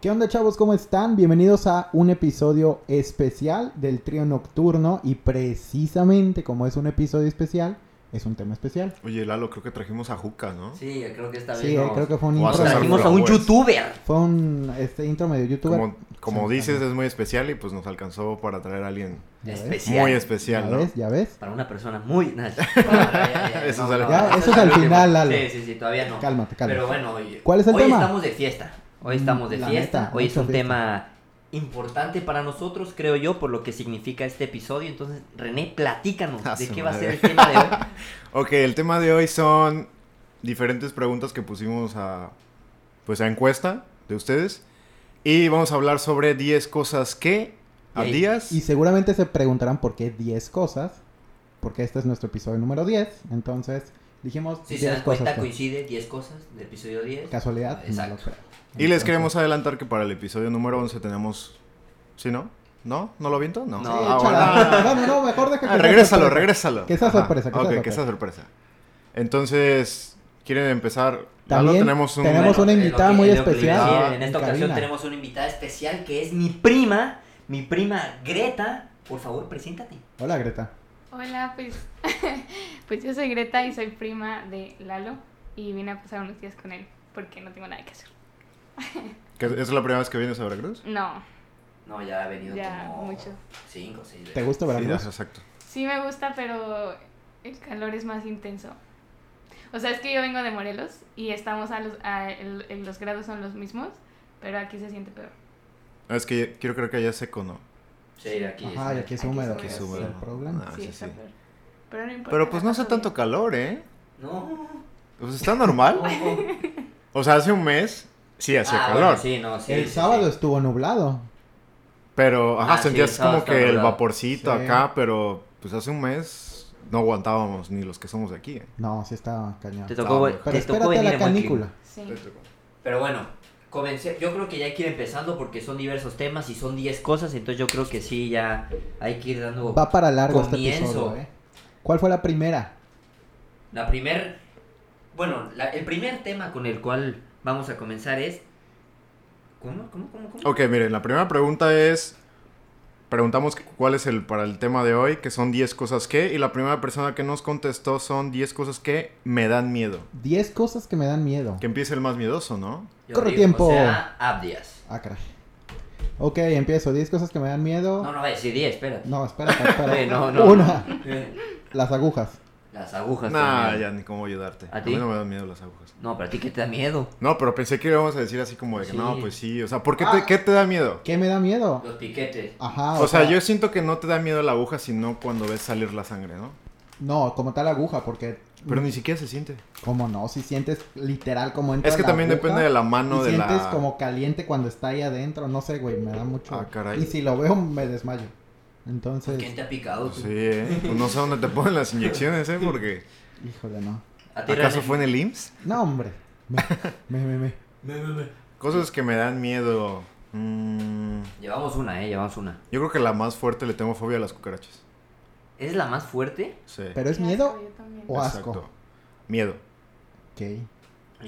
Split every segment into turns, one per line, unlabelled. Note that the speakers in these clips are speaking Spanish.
¿Qué onda chavos? ¿Cómo están? Bienvenidos a un episodio especial del trío nocturno y precisamente como es un episodio especial, es un tema especial.
Oye, Lalo, creo que trajimos a Juca, ¿no?
Sí, yo creo que esta vez
Sí,
no.
eh, creo que fue un
O a
intro.
César
medio-
Trajimos a un
Bravo, es.
youtuber.
Fue un este, intro medio youtuber.
Como, como
Sí,
dices,
ajá.
es muy especial y pues nos alcanzó para traer a alguien
Ya ves.
Especial.
muy
¿Ya
especial, ¿no?
ves? ¿Ya ves?
Para una persona muy... Nah, ya,
Eso
no,
es al-
no,
Ya,
no,
eso es al
lo último.
final, Lalo.
Sí, sí, sí, todavía no.
Cálmate, cálmate.
Pero bueno, hoy,
¿Cuál es el
hoy
tema?
estamos de fiesta. Hoy estamos de
La
fiesta.
neta,
hoy es
mucha
un
fiesta.
tema importante para nosotros, creo yo, por lo que significa este episodio. Entonces, René, platícanos
Ah,
de
su
qué va a ser
madre.
el tema de hoy.
Ok, el tema de hoy son diferentes preguntas que pusimos a, pues, a encuesta de ustedes. Y vamos a hablar sobre 10 cosas que
Ey.
harías.
Y seguramente se preguntarán por qué 10 cosas, porque este es nuestro episodio número 10, entonces dijimos
Si se
10
dan cuenta,
que-
coincide 10 cosas del episodio 10.
casualidad. no
Exacto.
lo creo.
Y les
Entonces,
queremos adelantar que para el episodio número 11 tenemos... ¿Sí, no? ¿no? ¿No lo viento? No.
No.
Sí,
Ah, bueno.
échala. No, no, no, mejor deja que
Ah,
sea
regrésalo,
sorpresa.
regrésalo.
Que sea
Ajá.
sorpresa, que sea
Ok,
sorpresa.
que sea sorpresa. Entonces, ¿quieren empezar? Lalo,
También
tenemos un...
tenemos una
es lo
invitada
que-
muy
es lo que le iba a
especial.
decir. eh, En esta
En
ocasión
cabina.
tenemos una invitada especial que es mi prima, mi prima Greta. Por favor, preséntate.
Hola, Greta.
Hola, pues, pues yo soy Greta y soy prima de Lalo y vine a pasar unos días con él porque no tengo nada que hacer.
¿Que ¿Es la primera vez que vienes a Veracruz?
No,
No, ya ha venido
ya
como
mucho.
cinco o seis veces.
¿Te gusta
Sí,
Veracruz?
ya, exacto.
Sí me gusta, pero el calor es más intenso. O sea, es que yo vengo de Morelos y estamos a los, a el- el- los grados son los mismos, pero aquí se siente peor.
Ah, Es que quiero creer que allá es seco, ¿no?
Sí, aquí es.
Ajá, y aquí es
Aquí es
húmedo.
húmedo.
que es
Aquí es
el
húmedo.
problema.
Ah,
sí,
sí,
está
sí.
peor. Pero no importa.
Pero pues no hace tanto
calor.
calor, ¿eh?
No.
Pues está normal. O sea, hace un mes sí hacía
Ah,
calor.
bueno, sí, no, sí,
El
sí,
sábado
sí.
estuvo nublado.
Pero, ajá,
Ah, sí,
sentías
el sábado
como
estaba
que el
nublado.
vaporcito
Sí.
acá, pero pues hace un mes no aguantábamos ni los que somos de aquí. ¿eh?
No, sí estaba cañón.
Te
Ah,
tocó,
bueno.
Pero
te tocó
espérate a
venir
la
en buen
canícula.
clima.
Sí.
Pero bueno, comencé. Yo creo que ya hay que ir empezando porque son diversos temas y son 10 cosas. Entonces yo creo que sí, ya hay que ir dando.
Va para largo este
Comienzo.
episodio, ¿eh? ¿Cuál fue la primera?
La primer, bueno, la- el primer tema con el cual vamos a comenzar es, ¿cómo, cómo, cómo, cómo?
Ok, miren, la primera pregunta es... Preguntamos cuál es el para el tema de hoy, que son 10 cosas que, y la primera persona que nos contestó son 10 cosas que me dan miedo.
10 cosas que me dan miedo.
Que empiece el más miedoso, ¿no?
Yo
corre
digo,
tiempo.
O sea, Abdias.
Ah, caray. Ok, empiezo. 10 cosas que me dan miedo.
No, no va a decir 10, espérate.
No, espera, espera.
Sí, no, no. Eh,
Una, las agujas.
Las agujas.
Nah,
también.
ya ni cómo ayudarte.
¿A
¿A,
ti?
mí no me dan miedo las agujas.
No, pero a ti que te da miedo.
No, pero pensé que íbamos a decir así como de que
Sí.
no, pues sí. O sea, ¿por qué,
Ah.
te, qué te da miedo?
¿Qué me da miedo?
Los piquetes.
Ajá.
O sea, yo siento que no te da miedo la aguja, sino cuando ves salir la sangre, ¿no?
No, como tal aguja, porque...
Pero ni siquiera se siente.
Como no, si sientes literal como entra
Es que
la
también
aguja
depende de la mano
y
de
sientes
la.
como caliente cuando está ahí adentro. No sé, güey, me da mucho.
Ah, caray.
Y si lo veo, me desmayo.
Pues, ¿Quién
Entonces,
te ha picado? tú?
Sí, ¿eh? Pues no sé dónde te ponen las inyecciones, ¿eh? Porque.
híjole, no.
¿A ti,
¿Acaso
René?
fue en el IMSS?
No, hombre. Me, me, me, me.
Me, me, me.
Cosas que me dan miedo. Mm,
Llevamos una, eh, llevamos una.
yo creo que la más fuerte le tengo fobia a las cucarachas.
¿Es la más fuerte?
Sí.
¿Pero es
Qué
miedo?
asco, yo también.
o asco?
Miedo.
Ok.
¿Y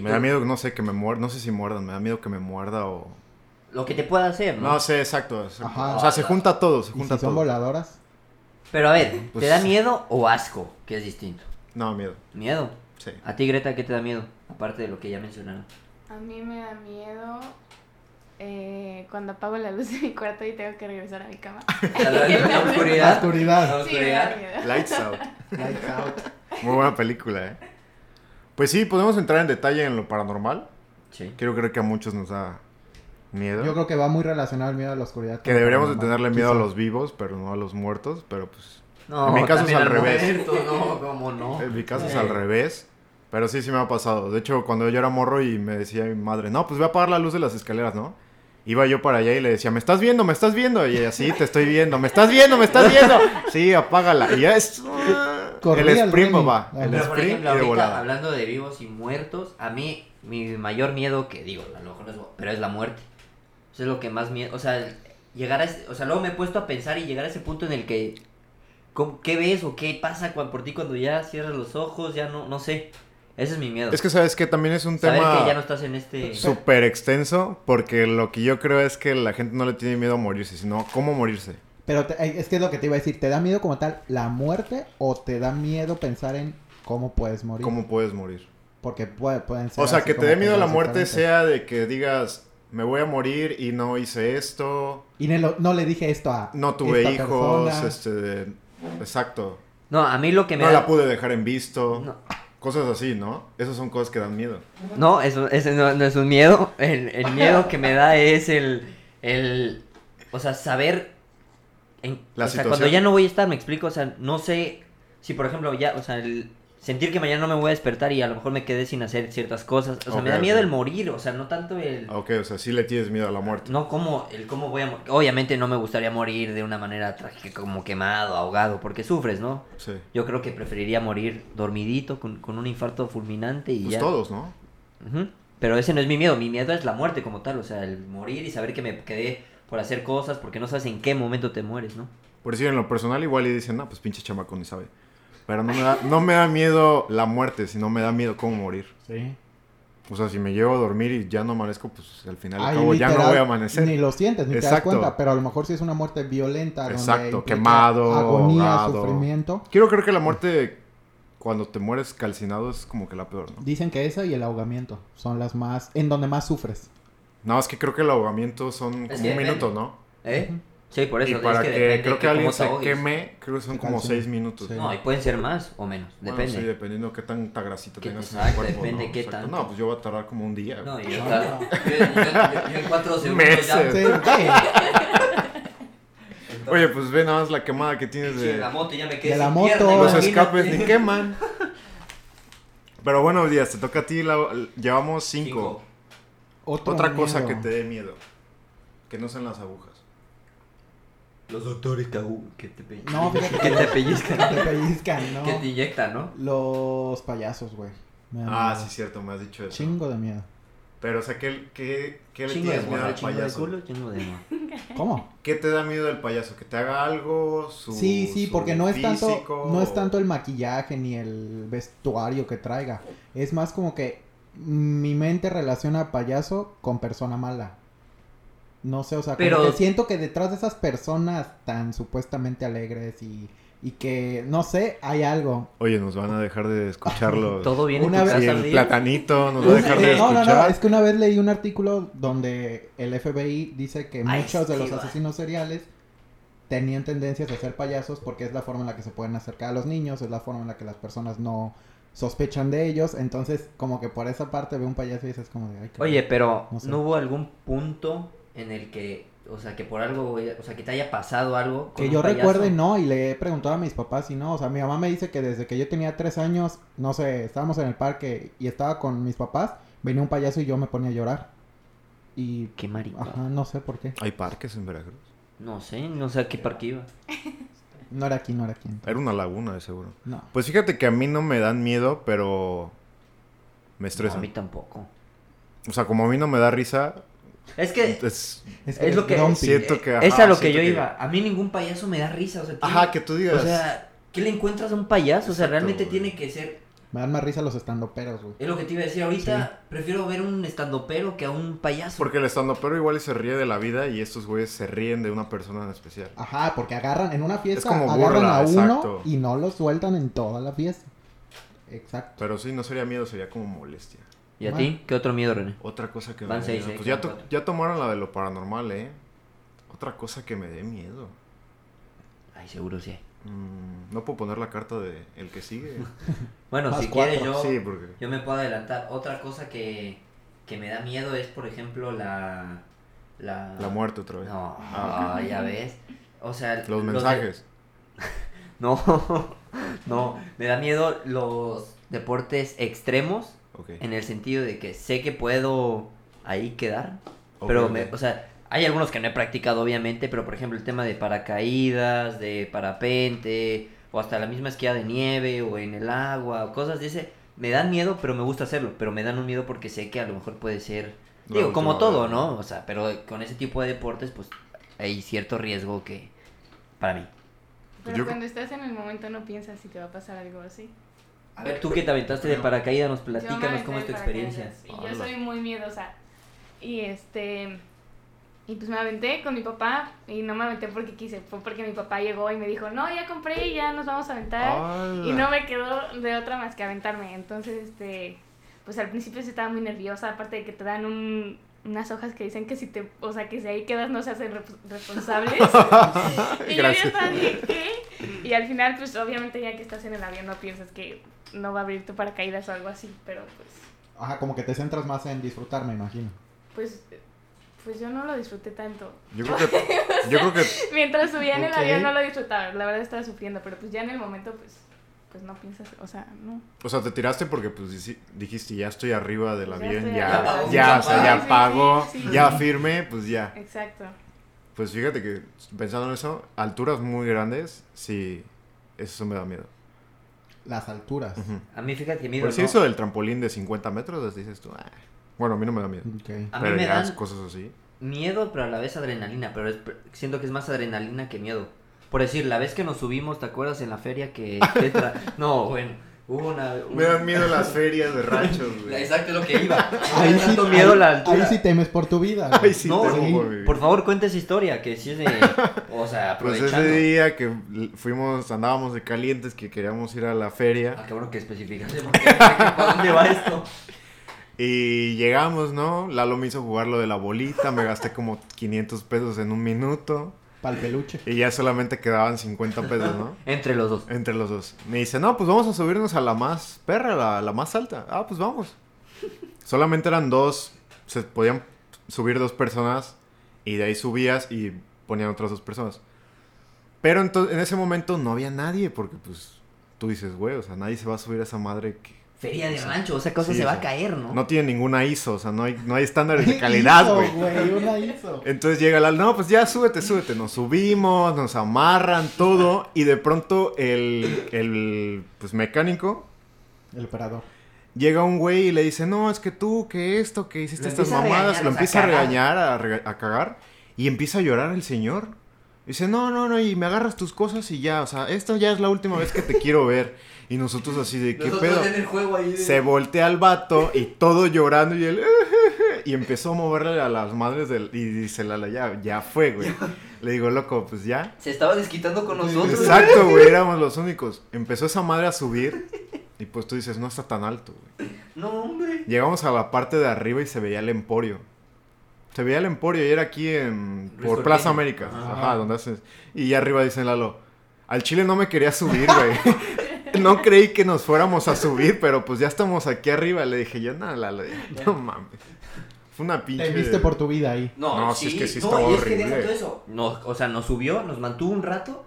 Me
tú?
da miedo, no sé, que me muerda. No sé si muerdan, me da miedo que me muerda o.
Lo que te pueda hacer, ¿no?
No sé, exacto. se-
Ajá.
O sea, se junta todo, se
¿Y si
junta
son
todo.
voladoras?
Pero a ver, ¿te
Pues-
da miedo o asco? Que es distinto.
No, miedo.
Miedo.
Sí.
¿A ti, Greta, qué te da miedo? Aparte de lo que ya mencionaron.
A mí me da miedo eh, cuando apago la luz de mi cuarto y tengo que regresar a mi cama.
La
La
oscuridad.
oscuridad.
La
Sí, me da
oscuridad.
miedo.
Lights Out.
Lights out.
Muy buena película, ¿eh? Pues sí, podemos entrar en detalle en lo paranormal.
Sí.
Quiero creer que a muchos nos da miedo.
Yo creo que va muy relacionado el miedo a la oscuridad.
que
con
deberíamos de
lo
tenerle
paranormal.
miedo a
Quizá.
los vivos, pero no a los muertos. Pero pues.
No,
En mi caso
también
es al revés.
muerto, no, cómo no. Eh,
En mi caso es
Sí.
al revés. Pero sí, sí me ha pasado. De hecho, cuando yo era morro y me decía mi madre, no, pues voy a apagar la luz de las escaleras, ¿no? Iba yo para allá y le decía, ¿me estás viendo? ¿Me estás viendo? Y ella, sí, te estoy viendo. ¿Me estás viendo? ¿Me estás viendo? Sí, apágala. Y ya es...
Corría
el
el
sprint,
Remy.
papá.
Ajá.
El
Pero por
sprint
ejemplo,
y de
ahorita
volada.
hablando de vivos y muertos, a mí mi mayor miedo que digo, a lo mejor no es, pero es la muerte. Eso es lo que más miedo, o sea, el- llegar a, ese- o sea, luego me he puesto a pensar y llegar a ese punto en el que ¿cómo- ¿qué ves o qué pasa cuan- por ti cuando ya cierras los ojos, ya no no sé. Ese es mi miedo.
Es que sabes que también es un
Saber
tema
que ya no estás en este...
súper extenso, porque lo que yo creo es que la gente no le tiene miedo a morirse, sino cómo morirse.
Pero te- eh, es que es lo que te iba a decir. ¿Te da miedo como tal la muerte o te da miedo pensar en cómo puedes morir?
¿Cómo puedes morir?
Porque puede- pueden ser.
O sea,
así
que te
como
dé miedo la
cosas
muerte
diferentes.
sea de que digas, me voy a morir y no hice esto,
Y no, lo- no le dije esto a.
no tuve
esta
hijos,
persona.
este... de- Exacto.
No, a mí lo que me
No
da-
la pude dejar en visto.
No,
Cosas así, ¿no? Esas son cosas que dan miedo.
no, eso, ese no, no es un miedo. El, el miedo que me da es el... el o sea, saber... En,
La
o sea,
situación.
cuando ya no voy a estar, me explico. O sea, no sé si, por ejemplo, ya... O sea, el sentir que mañana no me voy a despertar y a lo mejor me quedé sin hacer ciertas cosas. O sea,
Ok,
me da
ok.
miedo el morir. O sea, no tanto el...
Ah, Ok, o sea, sí le tienes miedo a la muerte.
No, como el cómo voy a morir. Obviamente no me gustaría morir de una manera trágica, como quemado, ahogado, porque sufres, ¿no?
Sí.
Yo creo que preferiría morir dormidito, con, con un infarto fulminante y
Pues
ya.
todos, ¿no?
Ujú. Pero ese no es mi miedo, mi miedo es la muerte como tal, o sea, el morir y saber que me quedé por hacer cosas, porque no sabes en qué momento te mueres, ¿no?
Por decir, en lo personal igual y dicen, no, pues pinche chamaco ni sabe. Pero no me da, no me da miedo la muerte, sino me da miedo cómo morir.
Sí.
O sea, si me llevo a dormir y ya no amanezco, pues al final y al
Ahí
cabo ya no
literal
voy a amanecer.
Ni lo sientes, ni
Exacto.
te das cuenta. Pero a lo mejor si es una muerte violenta. donde
Exacto,
implica
quemado,
Agonía,
ahogado.
sufrimiento.
Quiero creer que la muerte, cuando te mueres calcinado, es como que la peor, ¿no?
Dicen que esa y el ahogamiento son las más. En donde más sufres.
No, es que creo que el ahogamiento son como
Es que
un
depende.
minuto, ¿no?
¿Eh?
Ujú.
Sí, por eso.
Y
es
para
que
que,
depende
creo
de
que
cómo
alguien
te
se
ahogues.
queme, creo que son
Te
como
calcine.
seis minutos.
Sí.
¿no?
No, y pueden ser más o menos,
Bueno,
depende.
sí, dependiendo qué tanta grasita
Que-
tengas
exacto,
en el cuerpo.
depende
¿no?
qué
Exacto.
tanto.
No, pues yo voy a tardar como un día.
No,
güey.
y yo,
No.
claro, yo- yo- yo en cuatro segundos ya.
Meses.
Sí, sí.
Oye, pues ve nada más la quemada que tienes
Sí, en la
de
moto ya me quedé
De la
sin
moto.
pierna,
los
imagínate.
escapes ni queman. Pero bueno, días, te toca a ti. la- llevamos cinco.
Cinco.
Otro
Otra cosa
miedo.
que te dé miedo: que no sean las agujas.
Los doctores que, uh, que te pellizcan.
No, fíjate
que
que-
te pellizcan.
Que te pellizcan, ¿no?
Que te inyectan, ¿no?
Los payasos, güey. Me dan
Ah,
miedo.
sí, cierto, me has dicho eso.
Chingo de miedo.
Pero, o sea, ¿qué, qué, qué le
Chingo de
tienes miedo
morra,
al
chingo de
payaso?
culo, chingo de morra.
¿Cómo?
¿Qué te da miedo del payaso? ¿Que te haga algo? Su,
sí, sí,
su
porque no es tanto,
físico,
no es
o-
tanto el maquillaje ni el vestuario que traiga. Es más como que mi mente relaciona payaso con persona mala. No sé, o sea, como
Pero-
que siento que detrás de esas personas tan supuestamente alegres y, y que, no sé, hay algo.
Oye, nos van a dejar de escucharlo.
Todo viene
Una
en tu
vez-
Sí,
casa,
el
Lee.
platanito nos va a dejar de
Eh, no, no,
escuchar.
no, es que una vez leí un artículo donde el FBI dice que
Ay,
muchos de
sí,
los
va.
asesinos seriales tenían tendencias a ser payasos porque es la forma en la que se pueden acercar a los niños, es la forma en la que las personas no sospechan de ellos, entonces como que por esa parte ve un payaso y dices como de, ay, qué
Oye, pero
No sé.
¿no hubo algún punto en el que, o sea, que por algo, güey, o sea, que te haya pasado algo? con
Que
un
yo
payaso?
recuerde, no, y le he preguntado a mis papás si no. O sea, mi mamá me dice que desde que yo tenía tres años, no sé, estábamos en el parque y estaba con mis papás, venía un payaso y yo me ponía a llorar. Y,
Qué marico.
ajá, no sé por qué.
¿Hay parques en Veracruz?
No sé, no sé a qué parque iba.
No era aquí, no era aquí.
Era una laguna, de seguro.
No.
Pues fíjate que a mí no me dan miedo, pero me
No, a
estresan.
mí tampoco.
o sea, como a mí no me da risa,
Es que
es...
es lo que
Grumpy.
Siento
eh,
que,
es
ajá,
a lo que
siento
yo
que-
iba. A mí ningún payaso me da risa, o sea, tiene-
Ajá, que tú digas...
o sea, ¿qué le encuentras a un payaso? O sea,
Exacto,
realmente
güey.
tiene que ser
Me dan más risa los estandoperos, güey.
es lo que te iba a decir ahorita, prefiero ver un estandopero que a un payaso.
Porque el estandopero igual y se ríe de la vida y estos güeyes se ríen de una persona en especial.
Ajá, porque agarran en una fiesta,
como
agarran
burla,
a uno
exacto.
y no lo sueltan en toda la fiesta. Exacto.
Pero sí, no sería miedo, sería como molestia.
¿Y a ti? ¿Qué otro miedo, René?
Otra cosa que
Van
me dé
seis,
miedo.
eh,
Pues ya,
quedan
to-
cuatro.
ya tomaron la de lo paranormal, ¿eh? Otra cosa que me dé miedo.
Ay, seguro sí. hay.
Mm, no puedo poner la carta de el que sigue.
Bueno,
Más
si quieres
cuatro,
yo
Sí, porque.
Yo me puedo adelantar. Otra cosa que, que me da miedo es, por ejemplo, la... La,
La muerte otra vez.
No,
Ah,
ya ves. O sea...
Los
de-
mensajes.
No, no. Me da miedo los deportes extremos
Ok.
en el sentido de que sé que puedo ahí quedar.
Ok,
pero,
ok.
me- o sea, hay algunos que no he practicado, obviamente, pero, por ejemplo, el tema de paracaídas, de parapente, o hasta la misma esquía de nieve, o en el agua, o cosas de ese, me dan miedo, pero me gusta hacerlo, pero me dan un miedo porque sé que a lo mejor puede ser,
La
digo, como
última
todo,
vez.
¿no? O sea, pero con ese tipo de deportes, pues, hay cierto riesgo que, para mí.
Pero
Yo-
cuando estás en el momento no piensas si te va a pasar algo así.
A ver, tú que te aventaste de paracaídas, nos platícanos cómo es tu experiencia.
Y yo soy muy miedosa. Y este. Y pues me aventé con mi papá. Y no me aventé porque quise. Fue porque mi papá llegó y me dijo: No, ya compré, ya nos vamos a aventar.
Ah,
Y no me quedó de otra más que aventarme. Entonces, este. Pues al principio sí estaba muy nerviosa. Aparte de que te dan un- unas hojas que dicen que si te. O sea, que si ahí quedas no se hacen rep- responsables. Y yo ya
Gracias.
estaba así, ¿qué? Y al final, pues obviamente ya que estás en el avión no piensas que no va a abrir tu paracaídas o algo así, pero pues,
Ajá, como que te centras más en disfrutar, me imagino.
pues, pues yo no lo disfruté tanto.
Yo creo que. Yo creo que.
Mientras subía en el
Ok.
avión no lo disfrutaba, la verdad estaba sufriendo, pero pues ya en el momento, pues, pues no piensas, o sea, no.
O sea, te tiraste porque pues dici- dijiste, ya estoy arriba del
Ya
avión,
estoy
ya,
arriba.
ya, o sea,
Sí,
ya
sí,
pago,
sí, sí.
ya firme, pues ya.
Exacto.
Pues fíjate que pensando en eso, alturas muy grandes, sí, eso me da miedo.
Las alturas.
Ujú.
A mí, fíjate que miedo.
Pero si
no.
Pues eso del trampolín de 50 metros, dices tú, "Ah". bueno, a mí no me da miedo.
Ok.
A mí
pero
me
ya
dan-
es cosas así.
Miedo, pero a la vez adrenalina. Pero es- siento que es más adrenalina que miedo. Por decir, la vez que nos subimos, ¿te acuerdas en la feria que. que tra- no, bueno, hubo una. un-
miedo las ferias de ranchos,
Exacto, es lo que iba. Me da tanto miedo
ahí-
la altura.
ahí sí temes por tu vida. güey.
Ay, sí,
No,
te
sí.
amo por mi vida.
Por favor, cuenta esa historia, que sí es de. O sea,
Pues
aprovechando.
ese día que fuimos, andábamos de calientes, que queríamos ir a la feria.
Ah, cabrón, que especificaste. porque- ¿Para dónde va esto?
Y llegamos, ¿no? Lalo me hizo jugar lo de la bolita, me gasté como 500 pesos en un minuto.
Pa'l peluche.
Y ya solamente quedaban 50 pesos, ¿no?
Entre los dos.
Entre los dos. Me dice, no, pues vamos a subirnos a la más perra, la, la más alta. Ah, pues vamos. Solamente eran dos, se podían subir dos personas y de ahí subías y ponían otras dos personas. Pero ento- en ese momento no había nadie porque pues tú dices, güey, o sea, nadie se va a subir a esa madre que
Feria de rancho, o sea, cosa
Sí,
se va
sí.
a caer, ¿no?
no tiene ninguna ISO, o sea, no hay, no hay estándares de calidad,
Hizo,
güey.
güey. Una hizo.
Entonces llega la, no, pues ya súbete, súbete. Nos subimos, nos amarran, todo. Y de pronto el, el pues, mecánico
El operador.
llega un güey y le dice, no, es que tú, que esto, que hiciste
Lo
estas
empieza a
mamadas.
regañar,
Lo
o sea,
empieza a
cagar.
regañar, a, rega- a cagar. Y empieza a llorar el señor. Dice, no, no, no, y me agarras tus cosas y ya, o sea, esta ya es la última vez que te quiero ver. Y nosotros así de, ¿qué pedo?
en el juego ahí. de-
Se voltea al vato y todo llorando y él... Y empezó a moverle a las madres del... Y dice Lala, ya, ya fue, güey. Le digo, loco, pues ya.
Se estaba desquitando con nosotros.
Exacto, güey, éramos los únicos. Empezó esa madre a subir y pues tú dices, no está tan alto, güey.
No, hombre.
Llegamos a la parte de arriba y se veía el emporio. Se veía el emporio y era aquí en...
Luis
Por
Cortines.
Plaza América.
Ajá.
Ajá, donde haces... Y arriba dice Lalo, al chile no me quería subir, güey. No creí que nos fuéramos a subir, pero pues ya estamos aquí arriba. Le dije yo, nada, la, la- no mames. Fue una pinche.
Te viste por tu vida ahí.
No, sí, es que sí
no,
estaba
y es que
horrible.
deja todo eso. Nos- o sea, nos subió, nos mantuvo un rato,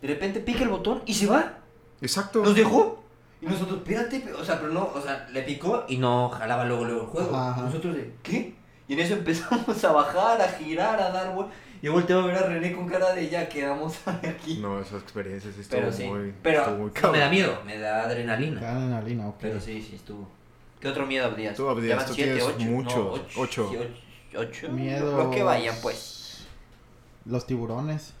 de repente pica el botón y se va.
Exacto.
Nos dejó. Y nosotros, espérate, pe- o sea, pero no, o sea, le picó y no jalaba luego, luego el juego.
Ajá, ajá.
Nosotros de, ¿qué? Y en eso empezamos a bajar, a girar, a dar vueltas. Yo volteo a ver a René con cara de ya quedamos aquí.
No, esas experiencias sí estuvo
pero sí,
muy.
pero
estuvo muy
no
cabrón.
me da miedo, me da adrenalina.
Te dan adrenalina, ok.
Pero sí, sí estuvo. ¿Qué otro miedo habrías?
Tú habrías,
Llevan
tú
siete,
tienes
ocho,
muchos,
no, ocho,
ocho.
sí, ocho, ocho,
Miedo.
Lo que vaya, pues.
Los tiburones.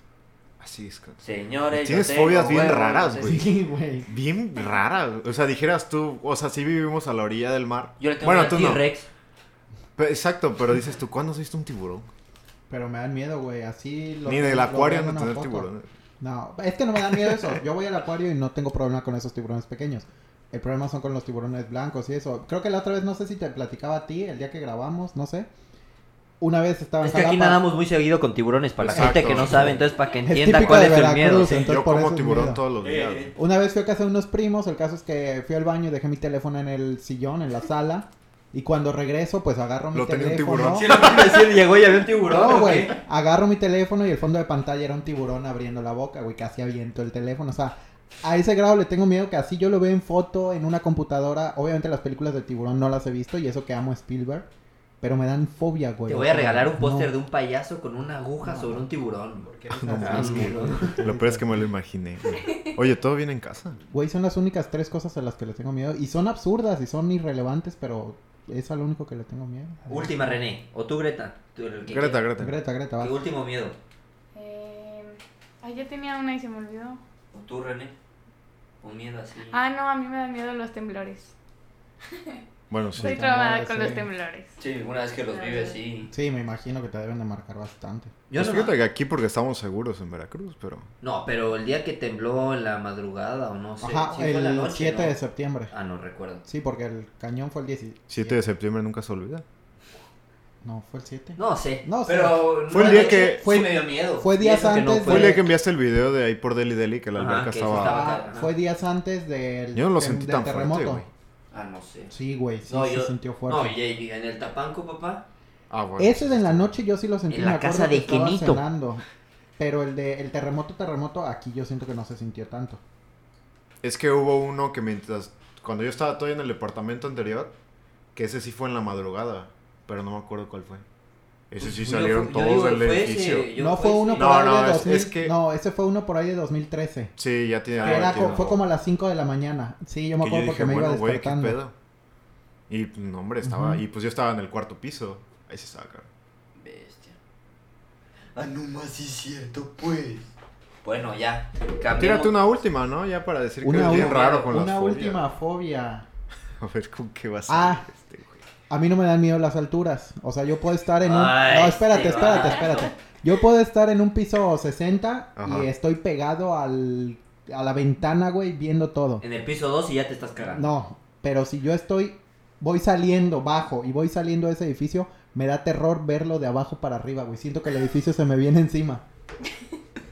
Así es. cabrón.
Señores, yo
Tienes
tengo
fobias bien
huevos,
raras,
no sé
güey.
si-
Sí, güey.
Bien rara. O sea, dijeras tú, o sea, sí vivimos a la orilla del mar.
Yo le tengo
Bueno,
miedo
tú
al
no.
T-Rex.
Pe- Exacto, pero dices tú, ¿cuándo has visto un tiburón?
Pero me dan miedo, güey. Así lo
Ni en el
lo
acuario
veo
no
en una
tener
foto.
tiburón.
No, es que no me dan miedo eso. Yo voy al acuario y no tengo problema con esos tiburones pequeños. El problema son con los tiburones blancos y eso. Creo que la otra vez, no sé si te platicaba a ti, el día que grabamos, no sé. Una vez estaba en
Es que aquí
Jalapa.
nadamos muy seguido con tiburones para
Exacto.
la gente que no sabe, entonces para que
Es
entienda
típico
cuál
de
es el
Veracruz,
miedo. sí.
entonces
Yo
por
como
eso es
tiburón
miedo.
todos los
Eh,
días. güey.
Una vez fui a casa de unos primos, el caso es que fui al baño y dejé mi teléfono en el sillón, en la sala. Y cuando regreso, pues agarro mi
Lo tenía un
teléfono.
tiburón.
Sí, lo que iba a decir, llegó y había un tiburón.
No,
¿o
güey.
qué?
Agarro mi teléfono y el fondo de pantalla era un tiburón abriendo la boca, güey. Casi aviento el teléfono. O sea, a ese grado le tengo miedo que así yo lo veo en foto, en una computadora. Obviamente las películas del tiburón no las he visto y eso que amo a Spielberg. Pero me dan fobia, güey.
Te voy a regalar un póster de un payaso con una aguja sobre un tiburón. porque eres
No
así,
mames,
güey.
Lo peor es que me lo imaginé. güey. Oye, todo bien en casa.
Güey, son las únicas tres cosas a las que le tengo miedo. Y son absurdas y son irrelevantes, pero es a lo único que le tengo miedo.
Última, René. O tú, Greta. Tú, el que
Greta,
quieras.
Greta.
Greta, Greta, va.
¿Qué último miedo?
Eh, ay, ya tenía una y se me olvidó.
¿O tú, René? Un miedo así.
Ah, no, a mí me dan miedo los temblores.
Bueno, sí.
Estoy
Sí,
traumada
temblores,
con
sí.
los temblores.
Sí, una vez que los vive, sí.
Sí, me imagino que te deben de marcar bastante.
Yo
Pues
no,
fíjate que aquí porque estamos seguros en Veracruz, pero...
no, pero el día que tembló en la madrugada o no sé.
Ajá,
sí fue en la
el
noche,
7
¿no?
de septiembre.
Ah, no recuerdo.
Sí, porque el cañón fue el 17.
7 de septiembre nunca se olvida.
No, fue el 7.
No sé.
No sé.
Pero
Fue el
una
día
noche
que-
sí
fue-
me dio miedo.
fue
Y
días
eso que
antes
Fue el
de-
día que enviaste el video de ahí por Deli Deli que la
Ajá,
alberca
que eso
estaba...
estaba-
Ah, fue días antes del,
Yo no lo
tem-
sentí
del
tan fuerte,
terremoto.
güey.
Ah, no sé.
sí, güey, sí
No,
se
yo-
sintió fuerte.
No, y- y en el Tapanco, papá.
Ah, bueno.
Ese de en la noche yo sí lo sentí.
En la
me acuerdo
casa
que
de
estaba
Kenito.
cenando. Pero el de el terremoto, terremoto, aquí yo siento que no se sintió tanto.
Es que hubo uno que mientras... Cuando yo estaba todavía en el departamento anterior, que ese sí fue en la madrugada, pero no me acuerdo cuál fue. Ese sí
Pues Yo
salieron
fu- yo
todos
digo,
del
fue ese,
edificio.
yo
no fue
ese.
uno por
No,
ahí
no,
de
es-
2000.
es que-
No, ese fue uno por ahí de 2013.
Sí, ya tiene...
que
algo
era
de
co-
tiempo.
fue como a las 5 de la mañana. Sí, yo me
que yo
acuerdo
dije,
porque me
bueno,
iba
güey, qué
despertando.
pedo. Y, no, hombre, estaba...
Ujú.
Y pues yo estaba en el cuarto piso. Ahí se estaba, cabrón.
Bestia. Ah, no más, sí, cierto, pues. Bueno, ya. Cambiemos.
Tírate una última, ¿no? Ya para decir que
Una
es bien
última-
raro con las
Una
fobias.
última fobia.
A ver, ¿con qué vas
Ah.
a salir este güey?
A mí no me dan miedo las alturas. O sea, yo puedo estar en un.
Ay,
no, espérate,
sí,
espérate,
va.
espérate. Yo puedo estar en un piso 60
Ajá.
y estoy pegado al, a la ventana, güey, viendo todo.
En el piso 2 y ya te estás cagando.
No, pero si yo estoy. Voy saliendo bajo y voy saliendo de ese edificio, me da terror verlo de abajo para arriba, güey. Siento que el edificio se me viene encima.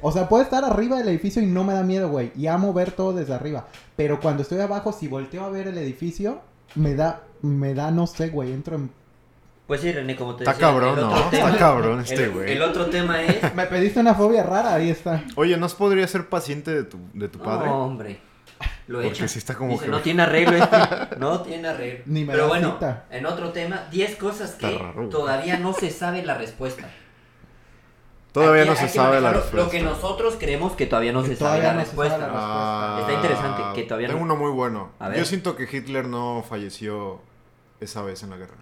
O sea, puedo estar arriba del edificio y no me da miedo, güey. Y amo ver todo desde arriba. Pero cuando estoy abajo, si volteo a ver el edificio, me da, me da, no sé, güey. Entro en
Pues sí, René, como te
Está
decía.
cabrón,
el
¿no?
otro tema-
Está cabrón este
el-
güey.
El otro tema es.
Me pediste una fobia rara, ahí está.
Oye, ¿no podría ser paciente de tu, de tu padre?
No, hombre. Lo he
Porque
hecho.
sí está como
Dice,
que-
no tiene arreglo este. No tiene arreglo.
Ni me
Pero
da
bueno,
cita.
en otro tema, 10 cosas
Está
que
raro, güey.
todavía no se sabe la respuesta.
Todavía
Aquí
no
hay
se
que
sabe la
manejarlo,
respuesta.
Lo que nosotros creemos que todavía no
Que
se sabe
todavía
la
no se sabe la
respuesta.
respuesta.
Ah,
Está interesante que todavía no-
Tengo uno muy bueno.
A ver.
Yo siento que Hitler no falleció esa vez en la guerra.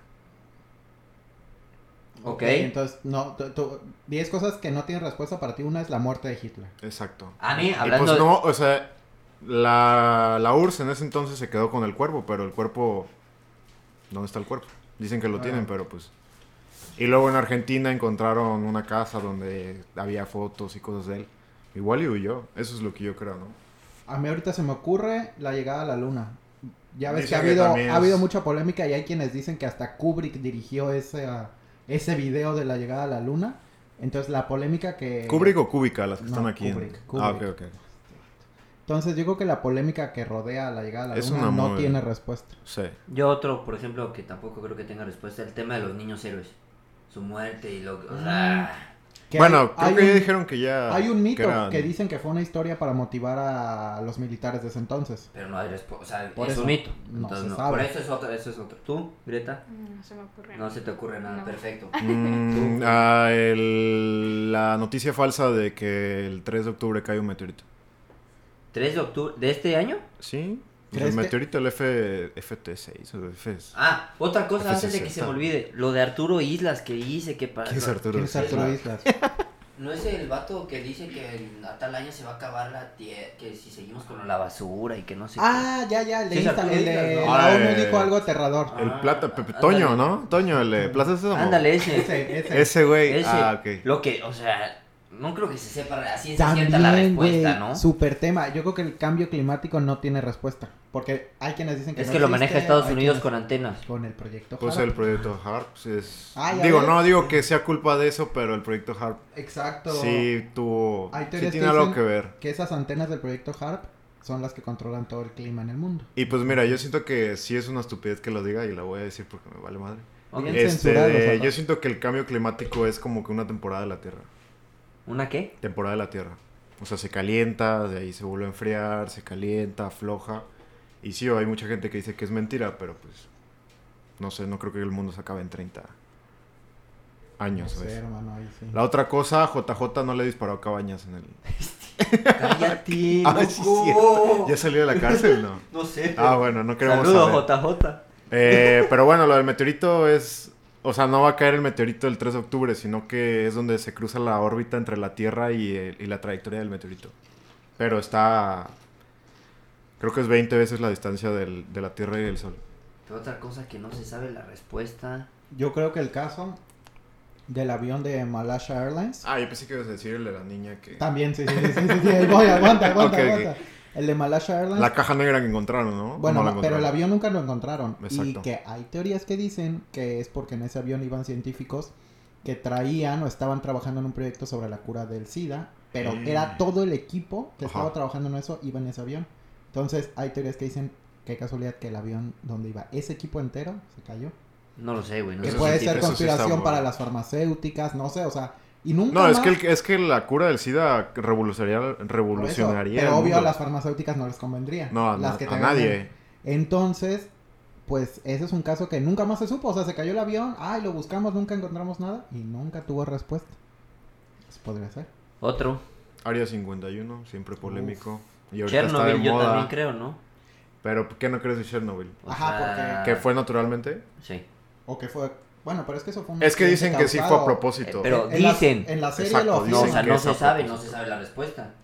Ok.
Entonces, no, tú- tú- 10 cosas que no tienen respuesta para ti. Una es la muerte de Hitler.
Exacto.
A mí,
y
hablando
pues no, o sea, la, la URSS en ese entonces se quedó con el cuerpo, pero el cuerpo... ¿Dónde está el cuerpo? Dicen que lo
Ah.
tienen, pero pues... Y luego en Argentina encontraron una casa donde había fotos y cosas de él. Igual y huyó. Eso es lo que yo creo, ¿no?
A mí ahorita se me ocurre la llegada a la luna. Ya ves que
Dicen
ha
que
habido,
también
ha
es-
habido mucha polémica y hay quienes dicen que hasta Kubrick dirigió ese, ah, ese video de la llegada a la luna. Entonces, la polémica que...
¿Kubrick o Cúbica? Las que
Eh, no,
están aquí. en-
Kubrick,
Ah, ok,
Kubrick.
ok.
Entonces, yo creo que la polémica que rodea a la llegada a la
Es
luna
una
no
muy-
tiene respuesta.
Sí.
Yo otro, por ejemplo, que tampoco creo que tenga respuesta, el tema de los niños héroes. Su muerte y lo que... O sea,
Que
bueno,
hay- hay
creo que ya
un-
dijeron que ya...
Hay un mito que,
eran-
dicen que fue una historia para motivar a los militares de ese entonces.
pero no hay respuesta. O sea,
Por
es
eso
un mito.
no
Entonces,
se
no.
sabe.
Pero eso es otro, eso es otro. ¿Tú, Greta?
No se me ocurre.
No se te ocurre nada.
No.
Perfecto.
Mm, ah, el- la noticia falsa de que el 3 de octubre cae un meteorito.
3 de octubre de este año.
Sí. pues
¿Crees
el
que-
meteorito, el F, FT6 o F...
Ah, otra cosa
Ese
Pues
antes
sí
de que se
está.
me olvide. Lo de Arturo Islas que hice, que para...
¿Quién es Arturo?
¿Quién es Arturo Islas?
¿No es el vato que dice que en- a tal año se va a acabar la tierra, que si seguimos con la basura y que no sé
Ah, ya, ya, el de
Sí, es
Instagram, el
Arturo
de
Islas,
¿no?
la
Ah,
ONU
eh.
dijo algo aterrador.
Ah.
El plata, Pepe-
ándale.
Toño, ¿no? Toño, el de Plaza
qué.
Sésamo.
Ándale ese.
Ese, ese.
Ese güey.
Ese,
Ah, ok.
Lo que, o sea, no creo que se sepa así es cierta la
También, güey,
respuesta, ¿no?
super tema. Yo creo que el cambio climático no tiene respuesta. Porque hay quienes dicen que
Es
no
que lo
existe,
maneja Estados
hay
Unidos con
quienes-
antenas.
Con el proyecto
Pues
HARP.
el proyecto HARP pues, es...
Ah, ya
digo,
ves.
no digo que sea culpa de eso, pero el proyecto HARP
Exacto.
sí tuvo...
Hay
Sí
teorías
tiene
que
algo
dicen-
que ver.
Que esas antenas del proyecto HARP son las que controlan todo el clima en el mundo.
Y pues mira, yo siento que sí es una estupidez que lo diga y la voy a decir porque me vale madre.
Ok.
Bien
Este,
censurados,
de-
ajá.
yo siento que el cambio climático es como que una temporada de la Tierra.
¿Una qué?
Temporada de la Tierra. O sea, se calienta, de ahí se vuelve a enfriar, se calienta, afloja. Y sí, hay mucha gente que dice que es mentira, pero pues no sé, no creo que el mundo se acabe en 30
No
años.
sé,
¿ves?
hermano, ahí sí.
La otra cosa, JJ no le disparó a cabañas en el...
Cállate,
Ah, sí, cierto. Ya salió de la cárcel, ¿no?
No sé.
Ah, bueno, no queremos
Saludos,
saber.
JJ.
Eh, pero bueno, lo del meteorito es. O sea, no va a caer el meteorito el 3 de octubre, sino que es donde se cruza la órbita entre la Tierra y, el- y la trayectoria del meteorito. Pero está. Creo que es 20 veces la distancia del- de la Tierra y del Sol.
Pero otra cosa que no se sabe la respuesta.
Yo creo que el caso del avión de Malaysia Airlines.
Ah, yo pensé que ibas a decir el de la niña que...
También, sí, sí, sí, sí, sí, sí, ahí voy, aguanta, aguanta,
Ok, ok.
aguanta. El de Malaysia Airlines.
La caja negra que encontraron, ¿no?
Bueno,
No la
no, pero
encontraron.
el avión nunca lo encontraron. Y
Exacto.
que hay teorías que dicen que es porque en ese avión iban científicos que traían o estaban trabajando en un proyecto sobre la cura del SIDA, pero
Mm.
era todo el equipo que
Ajá.
estaba trabajando en eso, iba en ese avión. Entonces hay teorías que dicen, qué casualidad que el avión donde iba ese equipo entero se cayó.
No lo sé, güey. No
que
sé
eso
puede
sí,
ser
eso sí está
conspiración
bueno.
para las farmacéuticas, no sé, o sea, y nunca...
No, es
más-
que, el- es que la cura del SIDA revolucionaría,
por eso,
revolucionaría
pero
el
obvio a
mundo.
las farmacéuticas no les convendría.
No, a,
las
na-
que
a
te venden.
nadie.
Entonces, pues ese es un caso que nunca más se supo. O sea, se cayó el avión, ay, lo buscamos, nunca encontramos nada y nunca tuvo respuesta. Eso podría ser.
Otro.
Área 51, siempre polémico. Y ahorita
Chernobyl,
está de
yo
moda.
también creo, ¿no?
Pero ¿por ¿qué no crees de Chernobyl?
O
Ajá, porque-
Ah.
¿Que fue naturalmente?
Sí.
O que fue. Bueno, pero es que eso fue un.
Es que
accidente
dicen que sí fue
Mm, causado.
a propósito.
Eh, pero-
En la-
dicen.
en la serie
Exacto,
lo
dicen
Pues No, o
afirman.
sea,
que
no
es
se
a
sabe, no
propósito.
se sabe la respuesta.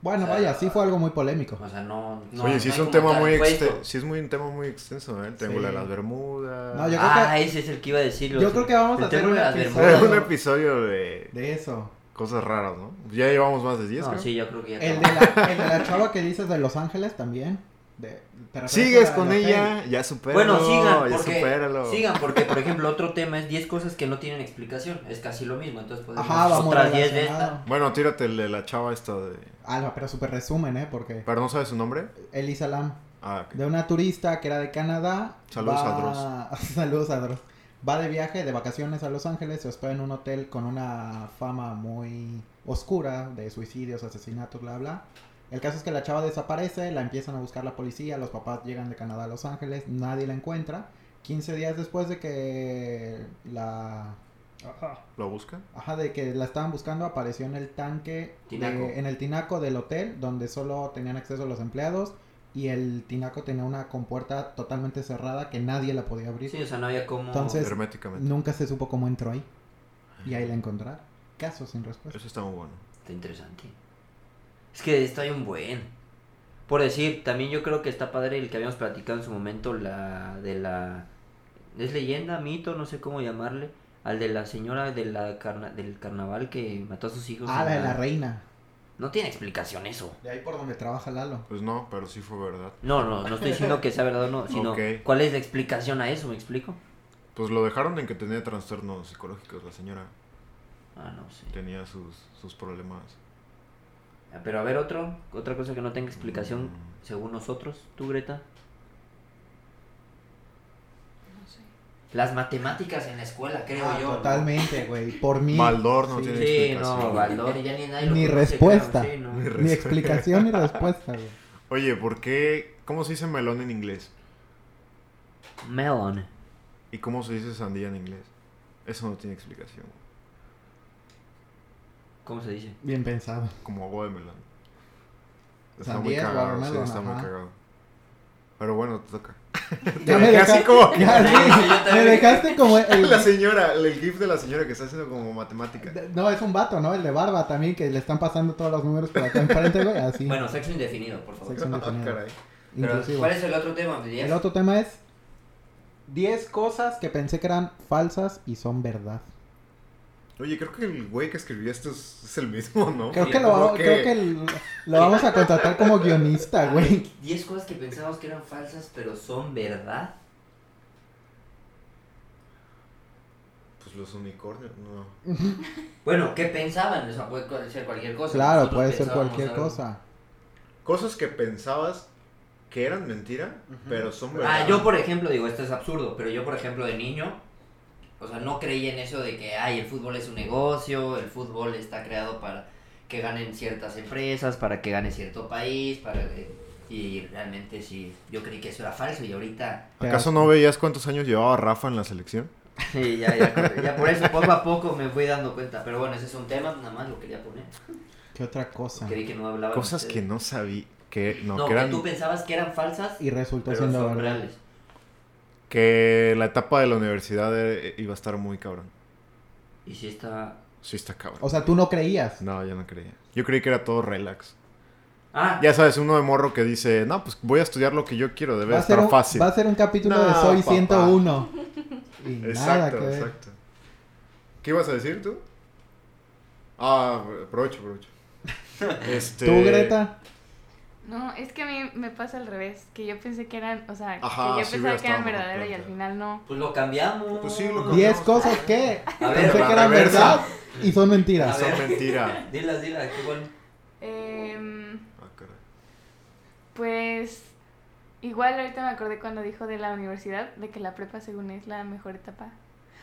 Bueno,
o sea,
vaya, sí fue algo muy polémico.
O sea, no. no
Oye, sí es
no hay
un
como
tema
tal
muy
puesto.
extenso. Sí es muy un tema muy extenso, ¿eh? El Triángulo
Sí.
de las Bermudas.
No, yo-
Ah,
creo
ese es el que iba a decirlo.
Yo creo que vamos a
El
hacer
Triángulo de
un
las
episodio.
Es
Bermudas.
un episodio de
De eso.
cosas raras, ¿no? Ya llevamos más de 10,
No,
creo.
sí, yo creo que ya
El de,
acabó.
la, el de la chava que dices de Los Ángeles también. De, ¿te refieres
Sigues
al
con
hotel?
ella, ya supéralo.
Bueno, sigan
ya
porque,
supéralo.
sigan, porque por ejemplo, otro tema es 10 cosas que no tienen explicación. Es casi lo mismo, entonces podemos
Ajá, vamos
otras ¿eh? 10 de
relacionado.
esta.
Bueno, tírate el de la chava esta de...
Ah, no, pero súper resumen, ¿eh? Porque
¿Pero no sabes su nombre?
Elisa Lam.
Ah, ok.
de una turista que era de Canadá.
Saludos
va- Saludos a Dross. Va de viaje, de vacaciones a Los Ángeles, se hospeda en un hotel con una fama muy oscura de suicidios, asesinatos, bla, bla. El caso es que la chava desaparece, la empiezan a buscar la policía, los papás llegan de Canadá a Los Ángeles, nadie la encuentra. 15 días después de que la...
¿Lo busca?
Ajá, de que la estaban buscando, apareció en el tanque, de-
Tinaco.
en el tinaco del hotel, donde solo tenían acceso los empleados, y el tinaco tenía una compuerta totalmente cerrada que nadie la podía abrir.
Sí, o sea, no había como.
Entonces- Es-
Herméticamente.
Nunca se supo cómo entró ahí,
Ah.
y ahí la encontraron. Caso sin respuesta.
Eso está muy bueno.
Está interesante. Es que está bien buen. Por decir, también yo creo que está padre el que habíamos platicado en su momento, la de la... Es leyenda, mito, no sé cómo llamarle. Al de la señora de la carna- del carnaval que mató a sus hijos.
Ah,
en
la de la reina.
No tiene explicación eso.
De ahí por donde trabaja Lalo.
Pues no, pero sí fue verdad.
No, no, no estoy diciendo que sea verdad o no, sino
Ok.
cuál es la explicación a eso, ¿me explico?
Pues lo dejaron en que tenía trastornos psicológicos la señora.
Ah, no sé.
Tenía sus, sus problemas.
Ah, Pero a ver, otro, otra cosa que no tenga explicación
Mm.
según nosotros, tú, Greta.
No sé.
Las matemáticas en la escuela, creo
Ah,
yo. ¿no?
totalmente, güey. Por mí.
Maldor no
Sí.
tiene
Sí,
explicación.
no, valor, ya ni nadie lo
Ni
conoce,
respuesta.
creo, sí, no.
Ni
Ni explicación ni respuesta, güey.
Oye, ¿por qué? ¿Cómo se dice melón en inglés?
Melon.
¿Y cómo se dice sandía en inglés? Eso no tiene explicación.
¿Cómo se dice?
Bien pensado.
Como agua de melón. Está muy
Sandía,
cagado, sí,
watermelon,
está muy
ajá.
cagado. Pero bueno, te toca.
Ya
dejé así
deja-
como-
Ya, sí,
Yo también.
me dejaste como el,
La señora, el gif de la señora que está haciendo como matemática.
De- No, es un vato, ¿no? El de barba también, que le están pasando todos los números por acá enfrente, güey. Así.
Bueno, sexo indefinido, por favor.
Sexo-
Ah,
definida.
caray.
inclusivo.
¿Cuál es el otro tema? Pues,
El otro tema es 10 cosas que pensé que eran falsas y son verdad.
Oye, creo que el güey que escribió esto es, es el mismo, ¿no?
Creo que,
Como
lo, creo que el- lo vamos a contratar como guionista, ah, güey.
10 cosas que pensábamos que eran falsas, pero son verdad.
Pues los unicornios, no.
Bueno, ¿qué pensaban? O sea, puede ser cualquier cosa.
Claro,
Nosotros
puede ser
pensábamos
cualquier
algo.
cosa.
Cosas que pensabas que eran mentira,
Ujú.
pero son verdad.
Ah, yo por ejemplo, digo, esto es absurdo, pero yo por ejemplo de niño, o sea, no creía en eso de que, ay, el fútbol es un negocio, el fútbol está creado para que ganen ciertas empresas, para que gane cierto país, para que... Y realmente sí, yo creí que eso era falso y ahorita...
¿Acaso no veías cuántos años llevaba Rafa en la selección?
Sí, ya, ya, ya por eso poco a poco me fui dando cuenta, pero bueno, ese es un tema, nada más lo quería poner.
¿Qué otra cosa?
Creí que no hablaba...
Cosas que no sabía, que no,
Ah, No,
que eran...
que tú pensabas que eran falsas,
Y resultó
pero
siendo
son
verdad.
reales.
Que la etapa de la universidad eh, iba a estar muy cabrón.
Y sí está...
Sí está cabrón.
O sea, tú no creías.
No, yo no creía. Yo creí que era todo relax.
Ah,
Ya sabes, uno de morro que dice, no, pues voy a estudiar lo que yo quiero, debe
Va a, ser
estar
un,
fácil.
va a ser un capítulo de
No,
Soy
papá.
101. Y nada
Exacto,
que ver.
exacto. ¿Qué ibas a decir tú? Ah, aprovecho, aprovecho. Este...
¿Tú, Greta?
No, es que a mí me pasa al revés, que yo pensé que eran, o sea,
Ajá,
que yo
sí hubiera
pensaba que eran
estado mejor
verdaderos y al
planteado.
final no.
pues lo cambiamos.
Pues sí, lo cambiamos.
10 cosas que
A ver,
pensé
la
que eran
reversa.
verdad y son mentiras.
A ver.
Son mentira.
Dilas, dilas, qué bueno.
Em,
Ah, caray.
pues igual ahorita me acordé cuando dijo de la universidad, de que la prepa según es la mejor etapa.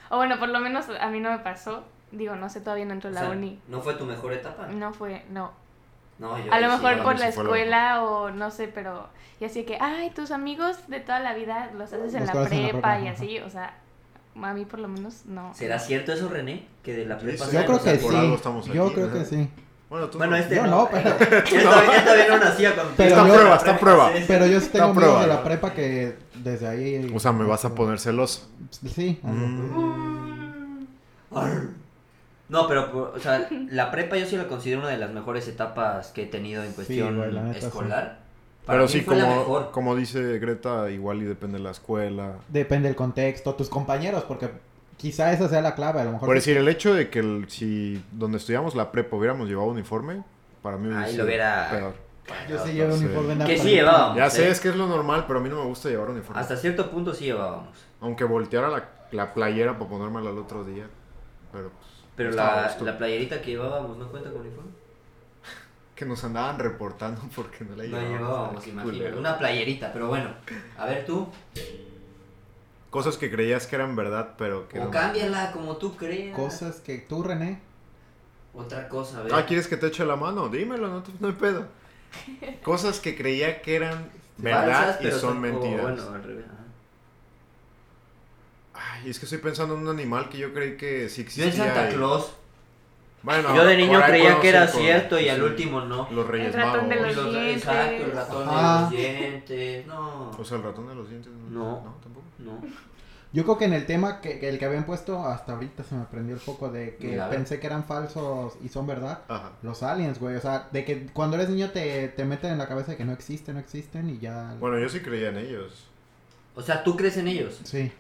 O bueno, por lo menos a mí no me pasó. Digo, no sé, todavía no entro a
O
la
sea,
uni.
¿No fue tu mejor etapa?
No fue, no.
No, yo
A lo
sí,
mejor
yo
por
sí
la
fue lo
escuela o no sé, pero... Y así que, ay, tus amigos de toda la vida los haces en
Los
la
conoces en la
prepa
prepa,
y
ajá.
así, o sea, a mí por lo menos no.
¿Será cierto eso, René? Que de la
Sí,
prepa
Yo
sí.
salen
creo
los
que
por
alcohol-
algo estamos
sí. Yo
aquí,
creo
ajá.
que sí.
Bueno, tú
Bueno,
no.
este
Yo no,
no.
pero-
Él todavía, él todavía no nacía cuando...
Pero
Está
yo-
prueba, está prueba.
Sí, sí.
Pero yo sí tengo
No,
amigos
prueba.
de la prepa que desde ahí.
O sea, me vas a poner Mm. celoso.
Sí.
Mm.
Arr. No, pero, por- o sea, la prepa yo sí la considero una de las mejores etapas que he tenido en
Sí,
cuestión
güey, la neta, sí.
escolar. Para
Pero
mí
sí,
fue la
como,
mejor.
como dice Greta, igual y depende de la escuela.
Depende del contexto, tus compañeros, porque quizá esa sea la clave. A lo mejor.
Por decir, el hecho de que el- si donde estudiamos la prepa hubiéramos llevado uniforme, para mí hubiera
Ahí
sido
lo hubiera...
peor.
Yo sí
Ah,
llevo
sí.
uniforme en la
Que sí
prepa.
llevábamos.
Ya
¿eh?
sé, es que es lo normal, pero a mí no me gusta llevar uniforme.
Hasta cierto punto sí llevábamos.
Aunque volteara la, la playera para ponérmela al otro día. Pero pues.
Pero
estaba a
la,
gusto.
la playerita que llevábamos no cuenta con uniforme.
Que nos andaban reportando porque no la
No
llevábamos.
llevábamos,
Qué
imagínate.
culero.
Una playerita, pero bueno. A ver tú,
Cosas que creías que eran verdad, pero que
o
no.
cámbiala como tú creas.
Cosas que tú, René.
Otra cosa, a ver.
Ah, ¿quieres que te eche la mano? Dímelo, no, te- no hay pedo. Cosas que creía que eran
Falsas,
verdad y
pero
son,
o
mentiras.
bueno, al revés. ajá.
Ay, es que estoy pensando en un animal que yo creí que sí
Yo
existía.
en Santa
y-
Claus.
Bueno,
yo de niño
por ahí
creía que era
conozco, pues
cierto y
sí,
al último no.
Los Reyes
El ratón
Magos.
de los-
Los-
dientes.
Exacto, el ratón de
Ajá.
los dientes. No.
O sea, el ratón de los dientes.
No.
No, tampoco.
No.
Yo creo que en el tema que, que el que habían puesto hasta ahorita se me prendió el foco de que
Mira, a ver.
pensé que eran falsos y son verdad.
Ajá.
Los aliens, güey. O sea, de que cuando eres niño te, te meten en la cabeza de que no existen, no existen y ya.
Bueno, yo sí creía en ellos.
O sea, tú crees en ellos.
Sí.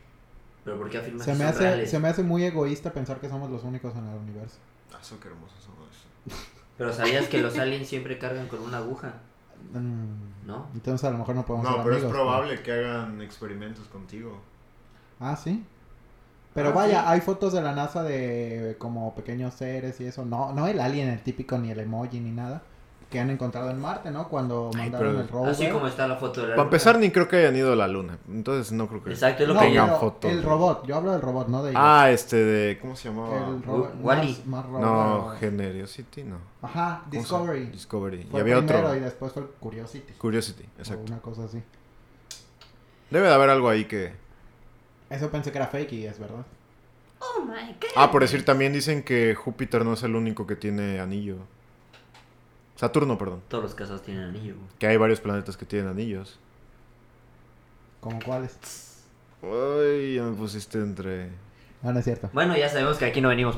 Pero ¿por qué afirmas
Se
que
me,
son
hace,
reales?
se me hace muy egoísta pensar que somos los únicos en el universo.
Ah, eso qué hermoso son eso.
Pero sabías que los aliens siempre cargan con una aguja,
Mm,
¿no?
Entonces a lo mejor no podemos
No,
ser
pero es
amigos,
probable que hagan experimentos contigo.
Ah, sí. Pero
Ah,
vaya,
sí.
hay fotos de la NASA de como pequeños seres y eso. No, no el alien, el típico, ni el emoji, ni nada. Que han encontrado en Marte, ¿no? Cuando
Ay,
mandaron
pero-
el rover.
Así como está la foto de la
Para
luna.
empezar, ni creo que hayan ido a la luna. Entonces, no creo que.
Exacto, es lo
No,
que
Tengan
pero
fotos.
El robot, yo hablo del robot, no de ellos.
Ah, este de. ¿Cómo se
el
llamaba?
robot.
Wall-E.
Más, más robot.
Ah. No, Generosity, no.
Ajá,
¿Cómo se-
Discovery.
Discovery.
Fue
Y había
primero Oh.
otro.
y después fue el Curiosity.
Curiosity,
O
exacto.
una cosa así.
Debe de haber algo ahí que.
Eso pensé que era fake y es verdad.
Oh my god.
Ah, por decir, también dicen que Júpiter no es el único que tiene anillo. Saturno, perdón.
Todos los casos tienen anillo. güey.
Que hay varios planetas que tienen anillos.
¿Como cuáles?
Ay, ya me pusiste entre.
Ah, No, no es cierto.
Bueno, ya sabemos que aquí no venimos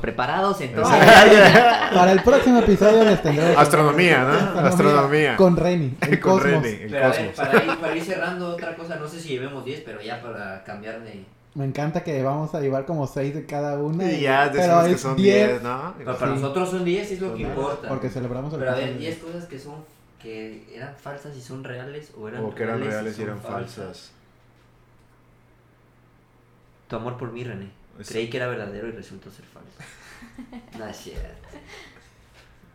preparados, entonces...
Para el próximo episodio les tendré.
Astronomía, ¿no? Astronomía.
Con Reni. el
Con
cosmos.
Reni, el
Pero a ver,
cosmos.
para ir, para ir cerrando otra cosa, no sé si llevemos 10, pero ya para cambiar de...
Me encanta que vamos a llevar como 6 de cada una.
Y ya
pero
decimos que
es
son
10,
10, ¿no?
Pero para
Pues Sí. Pues
nosotros son 10, es lo
Son
que
10,
importa.
Porque celebramos el
Pero a
cumpleaños.
ver, 10 cosas que son... que eran falsas y son reales, o eran
O que eran
reales,
reales y
son
eran falsas.
Tu amor por mí, René.
Es-
Creí que era verdadero y resultó ser falso. no es cierto.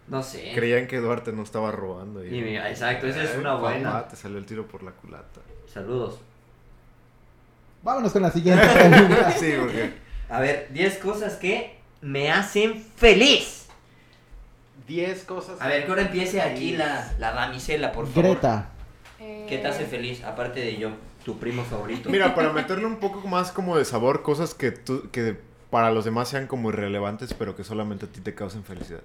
No
Eh.
sé.
Creían que Duarte no estaba robando.
Y mira, exacto, esa es una
Ay,
buena.
eh, papá, te salió el tiro por la culata.
Saludos.
Vámonos con la siguiente pregunta.
sí, porque.
A ver, 10 cosas que me hacen feliz.
10 cosas.
A ver, que ahora empiece aquí la, la damisela, por favor.
Greta.
¿Qué te hace
eh,
feliz? Aparte de yo, tu primo favorito.
Mira, para meterle un poco más como de sabor, cosas que, tú, que para los demás sean como irrelevantes, pero que solamente a ti te causen felicidad.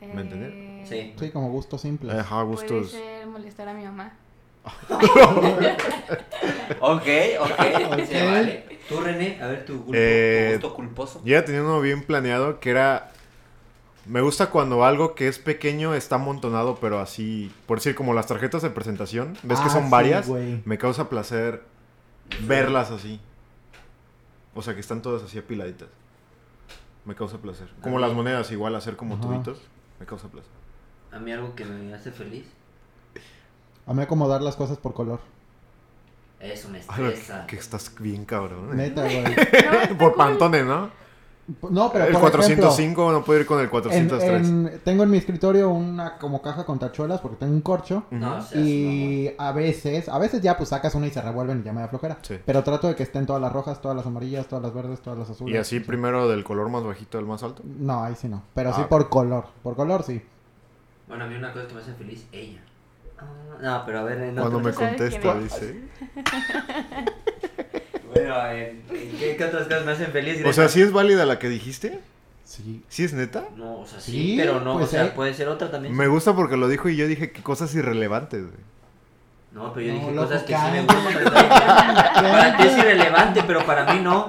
¿Me entiendes?
Sí.
Sí, como gusto simple.
Ajá,
eh, Puede
gustos.
ser molestar a mi mamá.
Ok, ok, se
Ok.
vale. Tú, René, a ver tu, gulpo- tu
Eh,
gusto culposo.
Yo ya tenía uno bien planeado que era Me gusta cuando algo que es pequeño está amontonado, pero así, por decir, como las tarjetas de presentación, ves que
Ah,
son
sí,
varias,
güey.
me causa placer verlas así. O sea, que están todas así apiladitas. Me causa placer. Como
A
las
mí-
monedas, igual hacer como
Ajá.
tubitos, me causa placer.
A mí algo que me hace feliz,
A mí acomodar las cosas por color.
eso me
Ay,
estresa.
que estás bien cabrón. ¿eh?
Neta, güey.
Por Pantone, ¿no?
No, pero
el
por
405
ejemplo,
no puede ir con el
en-
403.
en- tengo en mi escritorio una como caja con tachuelas porque tengo un corcho.
Ujú.
No, o sea, es
Y a veces, a veces ya pues sacas una y se revuelven y ya me da flojera.
Sí.
Pero trato de que estén todas las rojas, todas las amarillas, todas las verdes, todas las azules.
Y así primero del color más bajito al más alto.
No, ahí sí no. Pero
Ah,
sí
ok.
por color. Por color sí.
mamón. Bueno, a mí una cosa que me hace feliz, ella. Ah, No, pero a ver, en
Cuando
otro-
me
¿Tú sabes
contesta,
quién
dice.
Bueno, en- en ¿qué, qué otras cosas me hacen feliz?
O
Greta?
sea, ¿sí es válida la que dijiste?
Sí.
¿Sí es neta?
No, o sea, sí,
Sí,
pero no,
pues,
o sea,
eh.
puede ser otra también.
Me gusta porque lo dijo y yo dije que cosas irrelevantes, güey.
No, pero yo
No,
dije
loco,
cosas que sí me
cállate.
gustan. para ti es irrelevante, pero para mí no.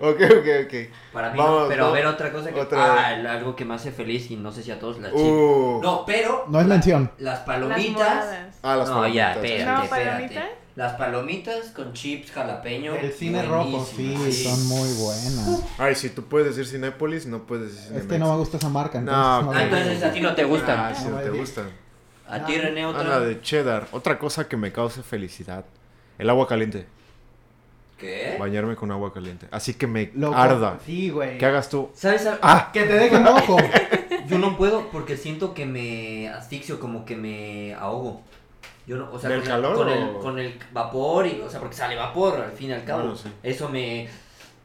Ok, ok,
Para mí
Vamos,
no. Pero a
no.
ver, otra cosa que.
Otra.
Ah, el- algo que me hace feliz y no sé si a todos las
ok.
chicas.
Uh.
No, pero.
No es
la-
mención.
Las
Las
palomitas.
moradas.
Ah, las
no, ya,
palomitas.
espérate,
No,
espérate.
palomitas.
Las palomitas con chips jalapeño.
El cine rojo, sí,
buenísimas.
son muy buenas.
Ay, si tú puedes decir Cinépolis, no puedes decir
Es
Cinemex.
que Este no me gusta esa marca, entonces
No,
no
Ah,
la-
entonces a ti no te
Ah,
gustan.
sí, no te gustan.
A ti, René,
Ah,
otra.
la de cheddar. Otra cosa que me cause felicidad. El agua caliente.
¿Qué?
Bañarme con agua caliente. Así que me
Loco.
arda.
Sí, güey.
Que hagas tú.
¿Sabes? a-
¡Ah!
Que te dejen rojo.
Yo no puedo porque siento que me asfixio, como que me ahogo. Yo no, o sea,
¿Del
con
calor
con, el,
o-
con el vapor, y, o sea, porque sale vapor al fin y al cabo.
Bueno, sí.
Eso me.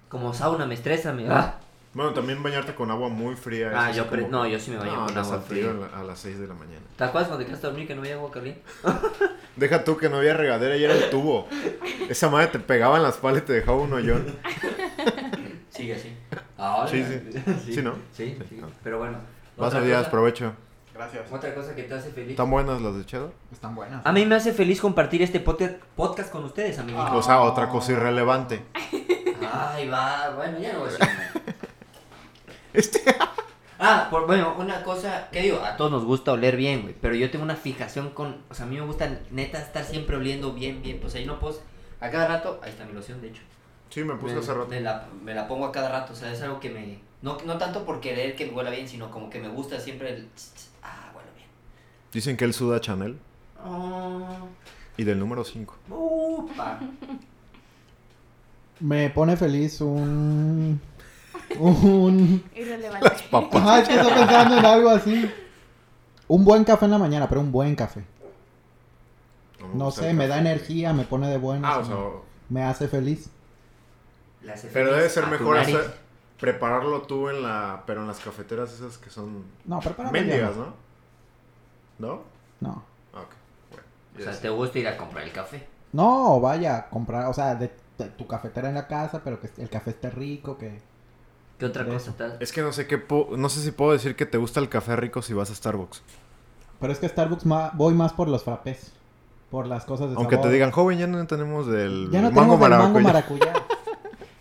Como sauna, me estresa, me. Ah,
Bueno, también bañarte con agua muy fría.
Ah,
es
yo.
así
pre-
como-
No, yo sí me baño
No,
con
andas
agua
al frío
fría.
a la- a las 6 de la mañana.
¿Te acuerdas cuando te quedaste a dormir que no había agua caliente?
Deja tú que no había regadera y era el tubo. Esa madre te pegaba en las palas y te dejaba un hoyón.
Sigue así. Ah,
Sí,
órale.
Sí, ¿no?
Sí,
Sí,
sí.
no.
Pero bueno.
Vas
otra
a días,
cosa-
provecho.
Gracias.
Otra cosa que te hace feliz.
¿Están buenas las de cheddar?
Están buenas.
A mí me hace feliz compartir este podcast, podcast con ustedes, amigos.
Ah.
O sea, otra cosa irrelevante.
Ay, va, bueno, ya no voy a decir nada.
Este.
Ah, por, bueno, una cosa, ¿qué digo? A todos nos gusta oler bien, güey, pero yo tengo una fijación con, o sea, a mí me gusta neta estar siempre oliendo bien, bien, pues ahí no puedo, a cada rato, ahí está mi loción, de hecho.
Sí, me puse
me,
hace rato.
Me la, me la pongo a cada rato, o sea, es algo que me, no, no tanto por querer que me huela bien, sino como que me gusta siempre el, tss, tss, ah, huele bien.
Dicen que él suda Chanel
Oh,
y del número 5.
upa.
Me pone feliz un. Un.
Irrelevante.
Ajá, es que estoy pensando en algo así. Un buen café en la mañana, pero un buen café. No sé, me da energía, me pone de buenas.
Ah, o
me-
sea,
Me hace feliz.
Le hace
pero debe
feliz
ser
a tu
mejor
nariz.
hacer, prepararlo tú en la, pero en las cafeteras esas que son
No, prepárame.
mendigas,
ya.
¿no? ¿No?
No.
Ah, Ok, bueno.
O sea,
ya
te gusta ir a comprar el café.
No, vaya a comprar, o sea, de, de tu cafetera en la casa, pero que el café esté rico, que...
¿Qué otra
De
cosa te
Es que no sé qué po- no sé si puedo decir que te gusta el café rico si vas a Starbucks.
Pues, Pero es que Starbucks ma- voy más por los frappés, por las cosas de
Aunque te
sabor.
digan, joven, ya no tenemos del
Ya no
mango
tengo del mango
maracuyá".
maracuyá.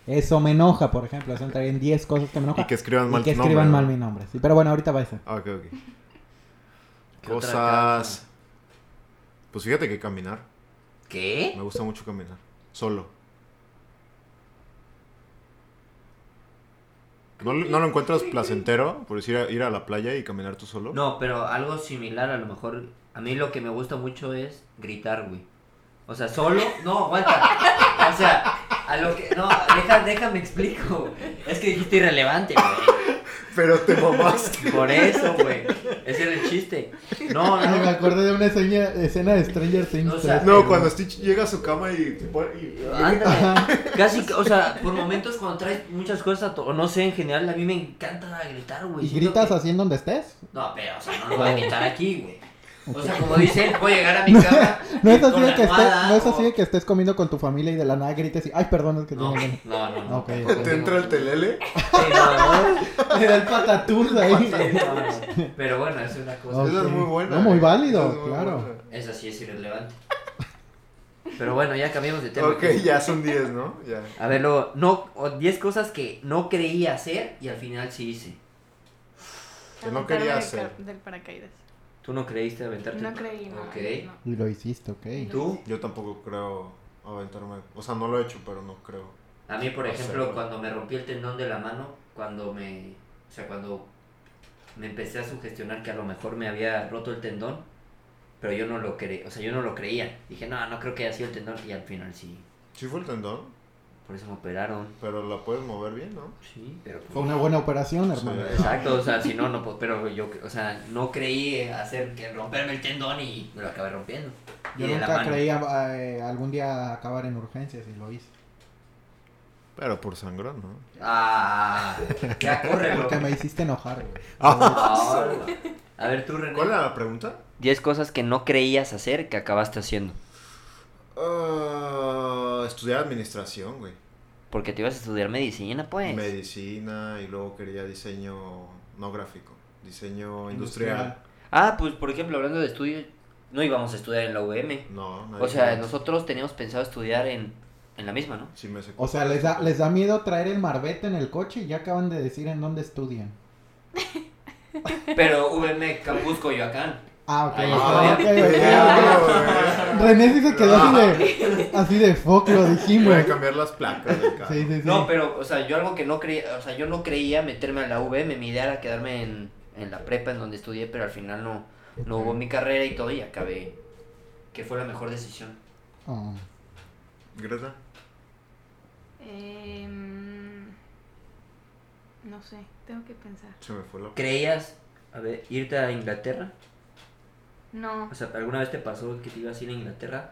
Eso me enoja, por ejemplo, eso entraría en 10 cosas que me enojan.
Y que escriban mal
que
tu
escriban
nombre,
mal mi nombre, sí. Pero bueno, ahorita va esa.
¿no? Ah, ok, ok.
¿Qué otra
Cosas.
cosa?
Pues fíjate que caminar.
¿Qué?
Me gusta mucho caminar. Solo. ¿No, lo- no lo encuentras placentero? Por decir, ir a la playa y caminar tú solo.
No, pero algo similar a lo mejor. A mí lo que me gusta mucho es gritar, güey. O sea, solo. No, aguanta. O sea, a lo que. No, deja, déjame explico. Es que dijiste irrelevante, güey.
Pero te mamaste.
Por eso, güey. Ese era el chiste. No,
Ay, me
no.
acordé de una escena, escena de Stranger Things.
O sea,
tres.
No, cuando Stitch llega a su cama y. y-
Ándale. Casi, que- o sea, por momentos cuando traes muchas cosas, a tu- o no sé, en general, a mí me encanta gritar, güey.
¿Y
Siento
gritas
que-
así en donde estés?
No, pero, o sea, no lo voy a gritar aquí, güey. O
Ok.
sea, como dicen, puedo llegar a mi cama.
No es
con
así
la
de que estés,
almohada,
no es así
o-
de que estés comiendo con tu familia y de la nada grites y ay perdón es que
No,
tengo que-".
no, no. no
Ok.
tampoco
Te entra el
tengo-
telele.
Sí, no, no,
Le da el patatús ahí.
sí, no, no. Pero bueno, es una cosa.
Eso
Ok.
es muy eh. bueno.
No, muy válido, claro.
Esa sí es irrelevante. Pero bueno, ya cambiamos de tema.
Ok, ya son 10, ¿no? Ya.
A ver, luego, no, o 10 cosas que no creía hacer y al final sí hice.
Que no quería
aventarme del
hacer.
ca- Del paracaídas.
¿Tú no creíste aventarte?
No creí, no.
Ok.
no.
Y lo hiciste, ok.
¿Y ¿Tú?
Yo tampoco creo aventarme. O sea, no lo he hecho, pero no creo.
A mí, por
No sé,
ejemplo,
güey.
cuando me rompí el tendón de la mano, cuando me. O sea, cuando me empecé a sugestionar que a lo mejor me había roto el tendón, pero yo no lo creía. O sea, yo no lo creía. Dije, no, no creo que haya sido el tendón. Y al final sí.
Sí fue el tendón,
Por eso me operaron.
pero la puedes mover bien, ¿no?
Sí, pero. pues-
Fue una buena operación, hermano.
Exacto, o sea, si no, no. po- Pero yo, o sea, no creí hacer que romperme el tendón y me lo acabé rompiendo.
Yo
Y de la
nunca
mano.
creía eh, algún día acabar en urgencias y lo hice.
Pero por sangrón, ¿no?
Ah, ya córrelo.
Porque me hiciste enojar, güey.
Ah, a ver, tú, René.
¿Cuál era la pregunta?
10 cosas que no creías hacer que acabaste haciendo.
Ah, estudiar administración, güey.
Porque te ibas a estudiar medicina, pues.
Medicina y luego quería diseño no gráfico, diseño industrial.
Industrial.
ah, pues por ejemplo, hablando de estudio, no íbamos a estudiar en la UVM.
No, nadie
O sea,
sabe.
nosotros teníamos pensado estudiar en, en la misma, ¿no?
Sí me sé-
O sea, les da, les da miedo traer el marbete en el coche y ya acaban de decir en dónde estudian.
Pero UVM Campus Coyoacán.
Ah, ok.
Ahí
Ah,
estoy.
ok, ok, ok. René sí se quedó así de,
Ah.
así de fuck, lo dijimos.
Voy a cambiar las placas del carro.
Sí, sí, sí.
No, pero, o sea, yo algo que no creía, o sea, yo no creía meterme a la UVM, mi idea era quedarme en, en la prepa en donde estudié, pero al final no, no hubo mi carrera y todo y acabé, que fue la mejor decisión.
Oh.
Greta.
Em, no sé, tengo que pensar.
Se me fue la...
¿Creías, a ver, irte a Inglaterra?
No,
O sea, ¿alguna vez te pasó que te ibas a ir a Inglaterra?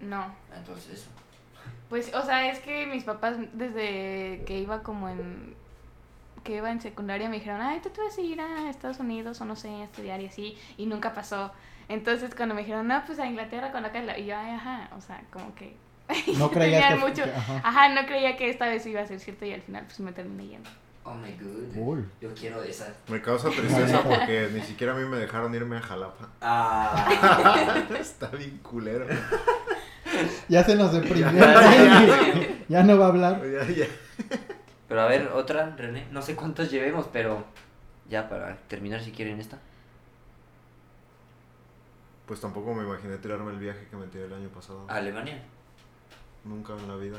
no.
Entonces eso.
Pues, o sea, es que mis papás desde que iba como en... que iba en secundaria me dijeron, ay, tú te vas a ir a Estados Unidos o no sé, a estudiar y así, y nunca pasó. Entonces cuando me dijeron, no, pues a Inglaterra con acá, y yo, ay, ajá, o sea, como que...
No
yo
creías
tenía
que...
mucho. Ah.
que- ajá.
Ajá, no creía que esta vez iba a ser cierto y al final pues me terminé yendo.
Oh my god.
Cool.
Yo quiero esa.
Me causa tristeza porque ni siquiera a mí me dejaron irme a Jalapa.
Ah.
Está bien culero.
Ya se nos deprimió. ya no va a hablar.
Ya, ya.
pero a ver, otra, René. No sé cuántas llevemos, pero ya para terminar si quieren esta.
Pues tampoco me imaginé tirarme el viaje que me tiré el año pasado.
A Alemania.
Nunca en la vida.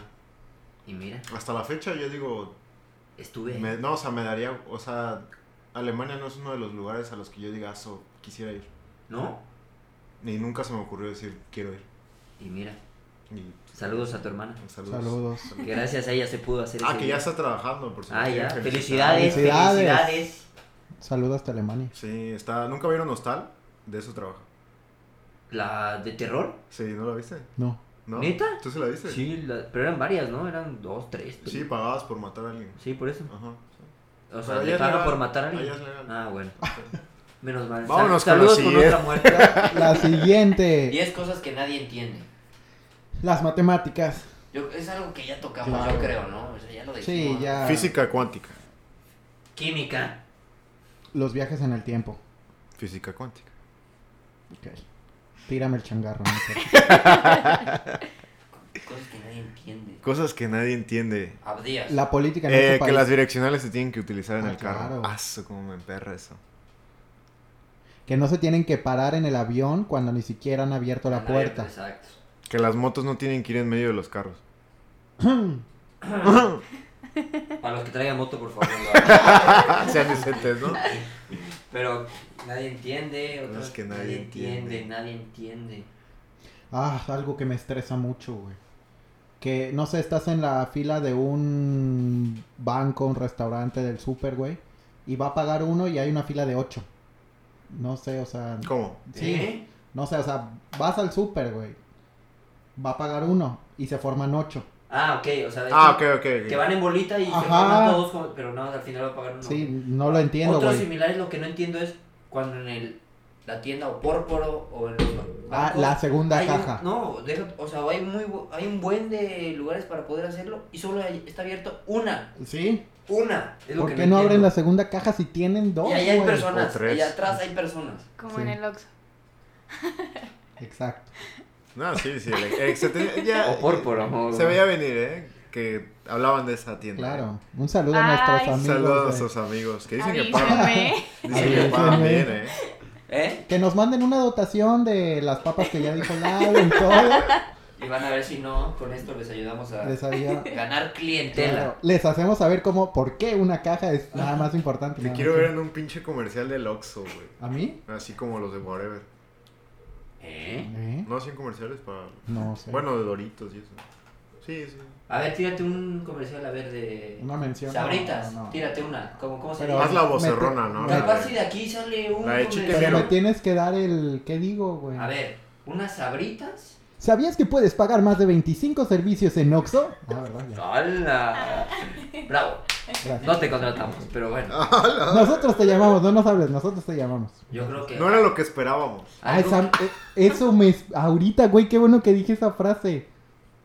Y mira,
Hasta la fecha yo digo,
estuve.
me- no, o sea, me daría, o sea, Alemania no es uno de los lugares a los que yo diga, "Aso, quisiera ir.
¿No?
Ni nunca se me ocurrió decir, quiero ir.
Y mira.
Y
Saludos a tu hermana.
saludos.
Saludos.
Que gracias a ella se pudo hacer
Ah,
ese
que ya
día.
está trabajando, por si me
Ah, ya.
quieren felicitar.
Felicidades, felicidades.
Felicidades. Saludos hasta Alemania.
Sí, está, ¿nunca vieron Hostal? De eso trabaja.
¿La de terror?
Sí, ¿no la viste?
No.
¿No?
¿Neta?
¿Tú se la viste?
Sí, la- pero eran varias, ¿no? Eran dos, tres.
Sí, pagabas por matar a alguien.
Sí, por eso.
Ajá. sí.
O
Pero
sea,
ya
le
es
pagan
legal,
por matar a
ya
alguien.
es legal.
Ah, bueno. Menos mal.
Vámonos
Sal-
con la
saludos con otra muerte.
La siguiente.
10 cosas que nadie entiende.
Las matemáticas.
Yo- es algo que ya tocamos,
Claro.
yo creo, ¿no? O sea, ya lo
Sí,
dijimos.
ya.
Física cuántica.
Química.
Los viajes en el tiempo.
Física cuántica.
Tírame el changarro. no sé.
Cosas que nadie entiende.
Cosas que nadie entiende.
Abdías.
La política en
Eh,
este
que
país.
las direccionales se tienen que utilizar en
Ah,
el carro.
claro.
Aso, como me emperra eso.
Que no se tienen que parar en el avión cuando ni siquiera han abierto la
Nadie-
puerta.
Exacto.
Que las motos no tienen que ir en medio de los carros.
Para los que traigan moto, por favor. lo hagan.
Sean decentes, ¿no?
Pero nadie entiende.
Cosas
Otras
que nadie entiende.
Nadie entiende.
Ah, algo que me estresa mucho, güey. Que, no sé, estás en la fila de un banco, un restaurante del super, güey. Y va a pagar uno y hay una fila de ocho. No sé, o sea...
¿Cómo?
Sí.
¿Eh?
No sé, o sea, vas al super, güey. Va a pagar uno y se forman ocho.
Ah, ok. O sea, es
Ah, ok,
que-
ok.
que
ok.
van en bolita y
Ajá.
se forman todos, como- pero nada, al final va a pagar uno.
Sí, no lo entiendo,
Otro
güey.
similar es lo que no entiendo es cuando en el, la tienda o pórporo o en los bancos
Ah, la segunda
hay un-
caja.
no, deja, o sea, hay, muy, bu- hay un buen de lugares para poder hacerlo y solo hay- está abierto una.
¿Sí?
Una. Es lo
¿Por
que
qué no abren la
entiendo.
segunda caja si tienen dos,
Y ahí hay
güey?
O
personas.
tres.
Y atrás hay personas.
Como
Sí.
en el Oxxo.
Exacto.
No, sí, sí. el- el- se te- ya-
O pórpora, o-
Se veía venir, ¿eh? que hablaban de esa tienda.
Claro. Un saludo a nuestros
Ay,
amigos.
Saludos a
de-
sus amigos. Que dicen que pagan.
Avísenme.
Dicen que pagan bien, ¿eh?
¿Eh?
Que nos manden una dotación de las papas que ya dijo Lau y todo.
Y van a ver si no, con esto les ayudamos a
Les, había-
ganar clientela.
les hacemos saber cómo, por qué una caja es nada más importante.
Te
nada
quiero
más.
ver en un pinche comercial del Oxxo, güey.
¿A mí?
Así como los de Whatever.
¿Eh?
¿Eh?
No hacían comerciales para.
No sé.
Bueno, de Doritos y eso. Sí, sí.
A ver, tírate un comercial, a ver, de...
Una mención.
Sabritas,
No, no, no.
tírate una. ¿Cómo, cómo se
Pero-
llama?
Haz la vocerrona,
me-
¿no?
me-
Capaz si de aquí sale un
La de Chicken
Pero me
Little.
comercial.
tienes que dar el. ¿Qué digo, güey?
A ver, unas sabritas.
¿Sabías que puedes pagar más de 25 servicios en Oxxo? Ah, verdad, ya.
¡Hala! Bravo.
Gracias.
No te contratamos, pero bueno.
Ah. Nosotros te llamamos, no nos hables, nosotros te llamamos.
Yo creo que.
No era lo que esperábamos.
Ay,
algo
Sam, eh, eso me. Ahorita, güey, qué bueno que dije esa frase.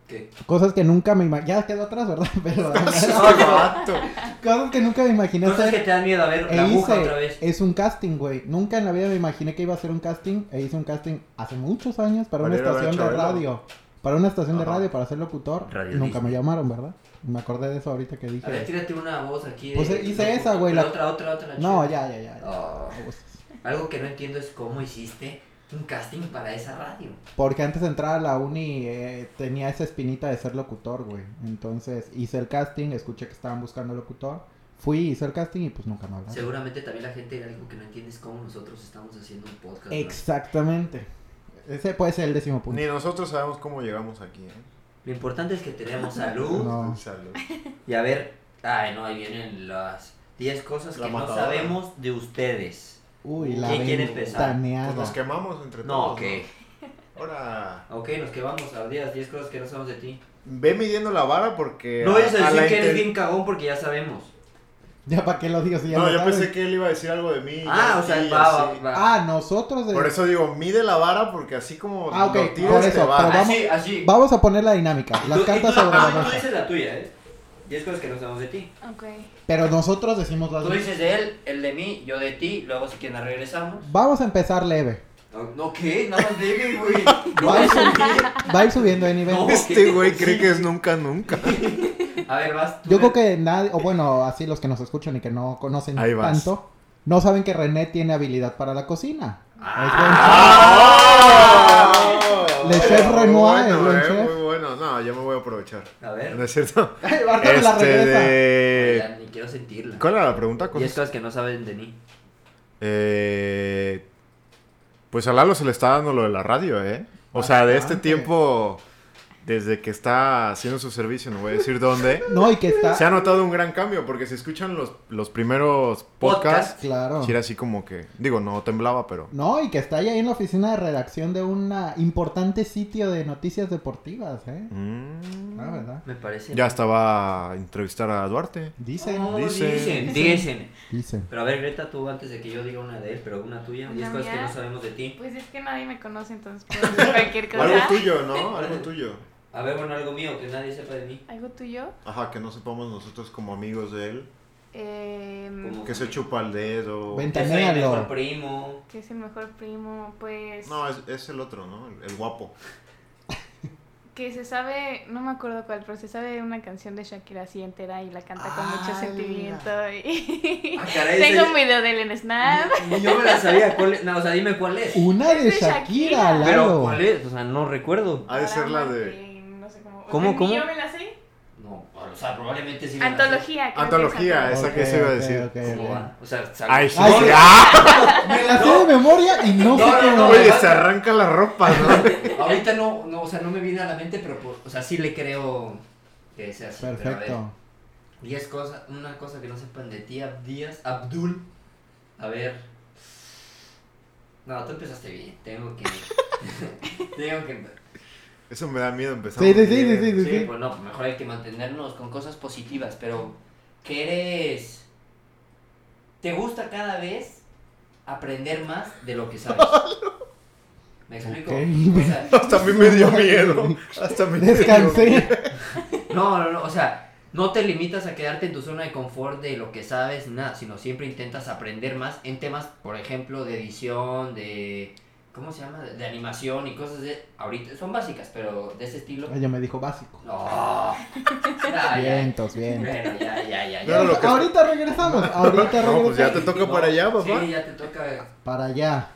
que-
Cosas que nunca me imaginé. Ya quedó atrás, ¿verdad? Pero.
Exacto.
cosas que nunca me imaginé
Cosas que
hacer.
te dan miedo a ver
E
la aguja
hice-
otra vez.
es un casting, güey. Nunca en la vida me imaginé que iba a hacer un casting. E hice un casting hace muchos años para,
Para
una
ir a ver a
estación de
Chabelo.
radio. Para una estación de
Ajá.
radio, para ser locutor.
Radio
nunca
Disney.
me llamaron, ¿verdad? Me acordé de eso ahorita que dije.
A ver, tírate una voz aquí. De,
Pues, eh, hice
de-
esa, güey,
pero
la-
Otra, otra, otra.
no,
chida.
ya, ya, ya. ya.
Oh,
Abusos.
algo que no entiendo es cómo hiciste un casting para esa radio.
Porque antes de entrar a la uni eh, tenía esa espinita de ser locutor, güey. Entonces hice el casting, escuché que estaban buscando locutor. Fui, hice el casting y pues nunca me hablaron.
Seguramente también la gente era algo que no entiende es cómo nosotros estamos haciendo un podcast. ¿no?
Exactamente. Ese puede ser el décimo punto.
Ni nosotros sabemos cómo llegamos aquí, ¿eh?
Lo importante es que tenemos salud
No.
Salud.
y a ver. Ay, no, ahí vienen las 10 cosas
La
que
matadora.
no sabemos de ustedes.
Uy, la
¿Quién quiere empezar?
ventaneada.
Pues nos quemamos entre
No,
todos.
ok.
¿no? Ahora,
Ok, nos quedamos a las 10 cosas que no sabemos de ti.
ve midiendo la vara
Eh,
porque.
No vayas a
la
decir que eres
inten-
bien cagón porque ya sabemos.
Ya para qué lo digo si ya
No,
lo
yo
saben.
pensé que él iba a decir algo de mí.
Ah,
ya
o sea,
sí,
va,
ya
va,
sí.
va.
Ah, nosotros. de-
Por eso digo, mide la vara porque así como
Ah, ok,
lo tires,
por
te
eso,
va.
pero
así, así.
Vamos a poner la dinámica.
Y
Las
tú- y
cartas
tú- ah,
sobre la
tú
mesa.
dices la tuya, ¿eh? 10 cosas que no sabemos de ti.
Ok.
Pero nosotros decimos las
Tú dices de él, él de mí, yo de ti, luego si quieres regresamos.
Vamos a empezar leve.
No, no, ¿qué? Nada más debe, güey. No,
Va a ir,
eso
subi- va a ir subiendo de nivel.
No.
Este güey cree que es nunca, nunca.
sí. A ver, vas tú.
Yo creo que nadie, o bueno, así los que nos escuchan y que no conocen
Ahí vas.
tanto, no saben que René tiene habilidad para la cocina.
¡Ah!
Le chef
Muy
Renoir, el
bueno,
buen
eh,
chef.
Muy bueno, no, yo me voy a aprovechar.
A
¿No
ver.
es cierto?
Es buen chef. Ahorita me la regresa.
Este de...
Ya, ni quiero sentirla.
¿Cuál era la pregunta? Cosas-
10 cosas que no saben de mí.
Eh, pues a Lalo se le está dando lo de la radio, ¿eh? O sea, de este
Bastante.
tiempo, desde que está haciendo su servicio, no voy a decir dónde,
No, y que está.
se ha notado un gran cambio, porque si escuchan los, los primeros podcasts,
Claro.
sí era así como que, digo, no temblaba, pero...
No, y que está ahí en la oficina de redacción de un importante sitio de noticias deportivas, ¿eh?
Mm,
Ah, ¿verdad?
Me parece.
ya estaba a entrevistar a Duarte.
Dicen,
No,
Dicen,
dicen,
dicen.
dicen.
dicen.
Pero a ver, Greta, tú antes de que yo diga una de él, pero una tuya, 10
¿Una
cosas que
mía?
no sabemos de ti.
Pues es que nadie me conoce, entonces puedo decir cualquier cosa.
Algo tuyo, ¿no? Algo tuyo.
A ver, bueno, algo mío que nadie sepa de mí.
¿Algo tuyo?
Ajá, que no sepamos nosotros como amigos de él,
Em,
Como-
Mm. que se chupa el dedo.
Ven-
Que soy el
Tenéalo.
mejor primo.
que es el mejor primo, pues
No, es, es el otro, ¿no? El, el guapo.
que se sabe, no me acuerdo cuál, pero se sabe una canción de Shakira así entera y la canta con mucho
¡Hala!
sentimiento y
Ah, caray,
tengo
ese-
un video de él en Snap.
Ni- ni yo me la sabía. ¿Cuál es? No, o sea, dime cuál es.
Una
Es
de
de
Shakira,
Shakira.
al
Pero,
lado.
¿cuál es? O sea, no recuerdo.
Ha de ser la de...
Y No sé cómo.
¿Cómo,
¿Ni
cómo?
Yo me la sé.
No, o sea, probablemente sí. me la sé.
Antología. creo que es
Antología,
antología.
esa que se iba a decir.
Ok, ok, ok.
¿Cómo va? O sea, salgo.
Ay, sí,
Ay,
sí.
sí.
¡Ah!
Me la sé de memoria y no,
No,
sé
no,
cómo.
no,
Oye, se arranca la ropa, ¿no?
Ahorita no, no, o sea, no me viene a la mente, pero, por- o sea, sí le creo que sea así. pero a ver.
Perfecto.
Y es cosa, una cosa que no sepan de ti, Abdías, Abdul. A ver. No, tú empezaste bien. Tengo que. tengo que.
Eso me da miedo empezar.
Sí, sí, sí, sí, sí, sí.
Sí, pues no, mejor hay que mantenernos con cosas positivas, pero. ¿Qué eres? ¿Te gusta cada vez aprender más de lo que sabes? ¿Me explico?
Ok.
O sea,
Hasta a mí me dio miedo. Hasta a mí me dio miedo.
Descansé.
No, no, no, o sea, no te limitas a quedarte en tu zona de confort de lo que sabes, nada, sino siempre intentas aprender más en temas, por ejemplo, de edición, de ¿Cómo se llama? De animación y cosas de. Ahorita son básicas, pero de ese estilo.
Ella me dijo básico.
No. Ya, ya.
Vientos, vientos.
Bueno, ya, ya, ya.
Pero
ya.
lo que-
Ahorita regresamos, ahorita regresamos.
No, pues ya te toca
No,
para allá, papá.
Sí, ya te toca.
Para allá.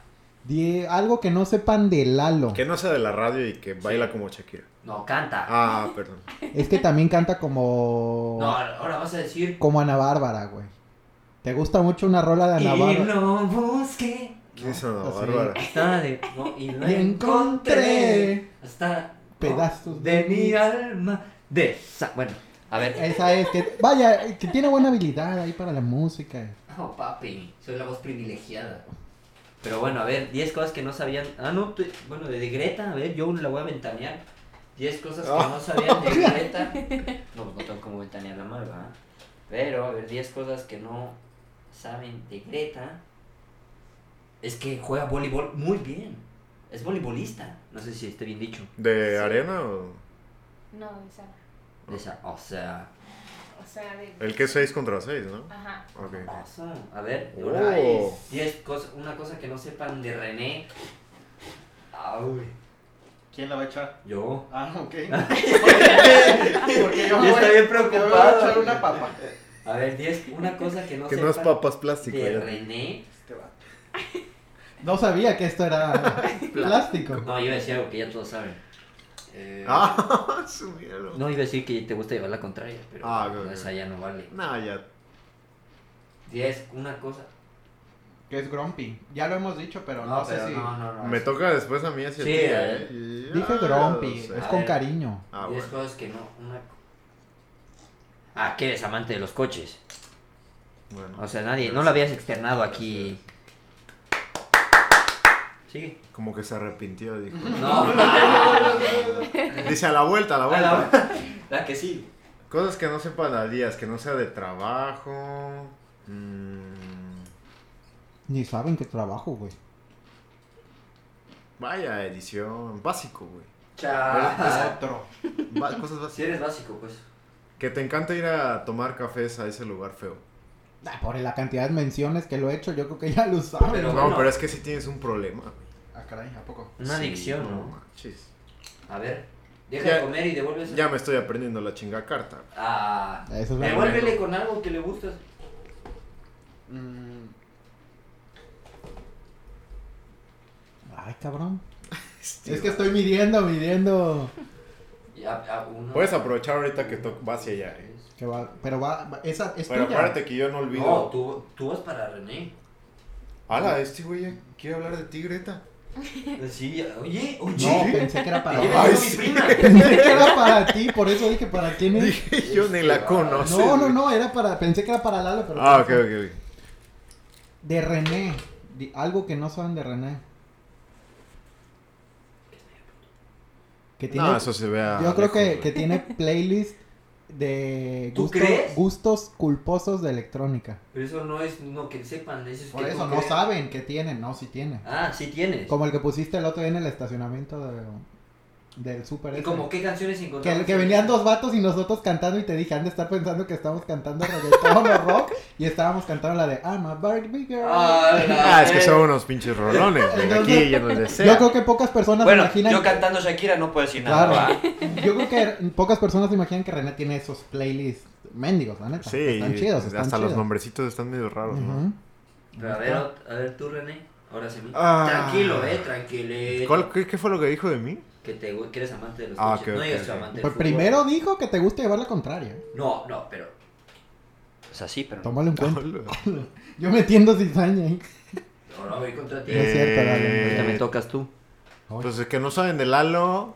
Die- Algo que no sepan de Lalo.
Que no sea de la radio y que baila como Shakira.
No, canta.
Ah, perdón.
Es que también canta como.
No, ahora vas a decir.
Como Ana Bárbara, güey. ¿Te gusta mucho una rola de Ana
Y
Bárbara?
lo busqué.
¿Quién es Ana
así.
Bárbara?
Hasta de. No, y lo
Y encontré.
encontré. Hasta.
Pedazos
de
de
mi
mí.
alma. De esa. Bueno, a ver.
Esa es que. Vaya, que tiene buena habilidad ahí para la música.
Oh, papi. Soy la voz privilegiada. Pero bueno, a ver, 10 cosas que no sabían. Ah, no, tú- bueno, de Greta, a ver, yo la voy a ventanear. 10 cosas que no sabían de Greta. No, pues no tengo como ventanear la madre, ¿verdad? Pero, a ver, 10 cosas que no saben de Greta. Es que juega voleibol muy bien. Es voleibolista. No sé si esté bien dicho.
¿De
Sí.
arena o.?
No, de Sara.
Esa, o sea,
O sea, de.
El que es 6 contra 6, ¿no?
Ajá.
Ok.
Awesome. A ver,
Oh.
ahora hay 10 cosas, una cosa que no sepan de René. Ay,
¿Quién la va a echar?
yo.
Ah, ok.
Porque
Porque yo
yo estoy bien
Yo voy a echar
preocupado.
una papa.
A ver, 10, una cosa que no
Que
sepan
no es papas plásticas.
de René.
Este va.
No sabía que esto era plástico.
No, yo iba a decir algo que ya todos saben. Eh,
Ah, su mierda.
No, iba a decir que te gusta llevar la contraria, pero
Ah, ok, ok.
esa ya no vale.
Nah, ya.
10, una cosa.
Que es Grumpy. Ya lo hemos dicho, pero no, sé
pero
si.
no, no, no.
Me toca después a mí hacia
Ah,
ti,
Sí, eh.
¿eh? Y-
Dije
ah,
Grumpy,
no sé.
es
A
con
ver.
cariño.
Ah,
10
bueno.
cosas que no, una... Ah, que eres amante de los coches.
Bueno,
O sea, nadie, no lo habías externado aquí. Sigue.
Como que se arrepintió, dijo.
No,
Dice a la vuelta, a la
A
vuelta.
la, la que sí.
Cosas que no sepan a días, que no sea de trabajo. mm,
Ni saben qué trabajo, güey.
vaya, edición. Básico, güey.
Cha.
Otro.
Ba- cosas
Si
básicas.
eres básico, pues.
Que te encanta ir a tomar cafés a ese lugar feo.
Por la cantidad de menciones que lo he hecho, yo creo que ya lo saben.
Pero
No,
bueno.
pero es que sí tienes un problema. güey.
Ah, caray, ¿a poco?
Una
Sí,
adicción, ¿no?
manches.
A ver, deja
Ya-
de comer y devuelves.
Ya me estoy aprendiendo la chinga carta.
Ah,
Eso
Pues
es verdad.
devuélvele con algo que le gustas.
Mm. Ay, cabrón. Es que estoy midiendo, midiendo.
Ya, ya, uno.
Puedes aprovechar ahorita que to- va hacia allá, eh.
Que va, pero va, va- esa es
Pero
tuya.
acuérdate que yo no olvido.
No, tú, tú vas para René.
Ala, este güey ya quiere hablar de ti, Greta.
Sí, oye,
No,
oye.
pensé que era para
Te llevo
Ah, Ay,
con mi
sí.
prima.
pensé que era para ti, por eso dije para quién es.
Dije, yo ni la conoces.
No, no,
güey.
no, era para, pensé que era para Lalo, pero
Ah, ok, ok, ok.
de René, Di- algo que no saben de René. Que tiene
No, eso se vea.
Yo creo que,
lejos,
que
güey.
tiene playlist de
¿Tú
gusto-
crees?
gustos culposos de electrónica.
Pero eso no es no que sepan. Eso es
Por
que
eso
tú
no
creas.
saben que tienen, no, si tienen.
Ah, sí tienes.
Como el que pusiste el otro día en el estacionamiento de- del super.
¿Y como qué canciones
que,
encontramos?
que venían dos vatos y nosotros cantando y te dije, han de estar pensando que estamos cantando reggaetón o rock y estábamos cantando la de I'm a Barbie Girl.
Ah, la
Ah, es que
ver-
son unos pinches rolones, güey. Aquí ya no les
yo
desea.
creo que pocas personas
Bueno,
imaginan...
yo cantando Shakira no puedo decir nada.
Claro.
¿verdad?
Yo creo que pocas personas imaginan que René tiene esos playlists mendigos, la neta.
Sí,
están chidos, están
hasta los
chidos.
nombrecitos están medio raros, ¿no?
Ujú.
Pero a ver, a ver tú, René. Ahora sí.
Ah.
Tranquilo, eh, tranquilo.
¿Cuál- qué, qué fue lo que dijo de mí?
Que, te, gu- que eres amante de los
Ah,
coches.
ok,
no
ok,
digas
ok.
amante del
Pues
fútbol.
primero dijo que te gusta llevar la contraria.
No, no, pero. O sea, sí, pero.
Tómale en cuenta. Yo metiendo cizaña ¿eh? ahí.
Ahora voy contra ti.
No es cierto, Lalo.
Eh,
Ahorita me Pues tocas tú.
Pues es que no saben de Lalo.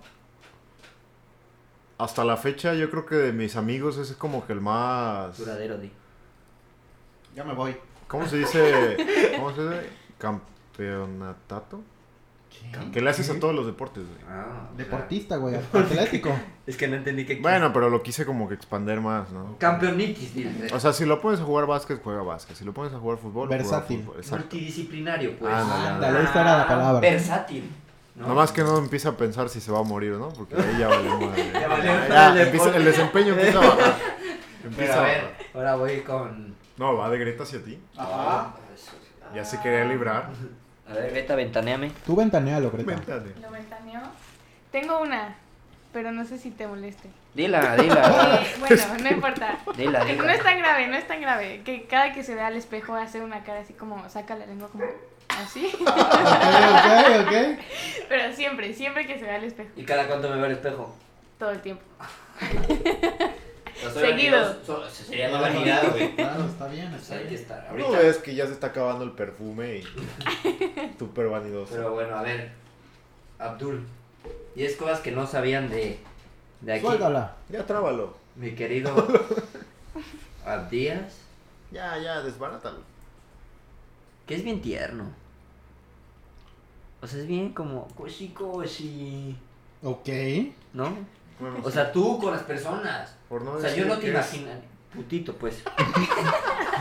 Hasta la fecha, yo creo que de mis amigos ese es como que el más.
Duradero, di.
Ya me voy.
¿Cómo se dice? ¿Cómo se dice? Campeonatato. Que le haces a todos los deportes, güey.
Ah, o sea,
Deportista, güey. Atlético.
Es que no entendí que.
Bueno, pero lo quise como que expander más, ¿no?
Campeonitis, dile.
O sea, si lo pones a jugar básquet, juega básquet. Si lo pones a jugar fútbol,
Versátil.
juega fútbol. Exacto. Ah,
Multidisciplinario, pues. Ah,
Ándale,
ándale, esta era la palabra.
Versátil. ¿no?
Nomás que no empieza a pensar si se va a morir o no, porque ahí ya valió madre.
Ya valió
Ya
madre.
empieza- el desempeño empieza a bajar.
Pero
Empieza
a
a
ver,
bajar.
ahora voy con.
No, va de Greta hacia ti.
Ajá.
Ya se quería librar.
A ver, vete, ventaneame.
Tú ventanealo, Greta.
Véntale.
¿Lo ventaneó? Tengo una, pero no sé si te moleste.
Dila, dila.
Eh, bueno, no importa.
dila,
No es
dila.
tan grave, no es tan grave. Que cada que se vea al espejo hace una cara así como, saca la lengua como así.
Ok, ok, ok.
Pero siempre, siempre que se vea al espejo,
¿Y cada cuánto me veo al espejo?
todo el tiempo.
No soy
Seguido.
vanidoso, solo- eso Sería más vanidad, güey.
Claro, está bien,
Pues
está
hay que
bien.
estar
No
ahorita.
ves que ya se está acabando el perfume y. Súper vanidoso.
Pero bueno, a ver. Abdul. 10 cosas que no sabían de, de aquí.
Suéltala.
Ya trábalo.
Mi querido Abdías.
Ya, ya, desbarátalo.
Que es bien tierno. O sea, es bien como cosi cosi.
Ok.
¿No?
Bueno,
O sea, tú con las personas.
por no
O sea, yo
decir
no te
Pues que es-
imagino. Putito, pues.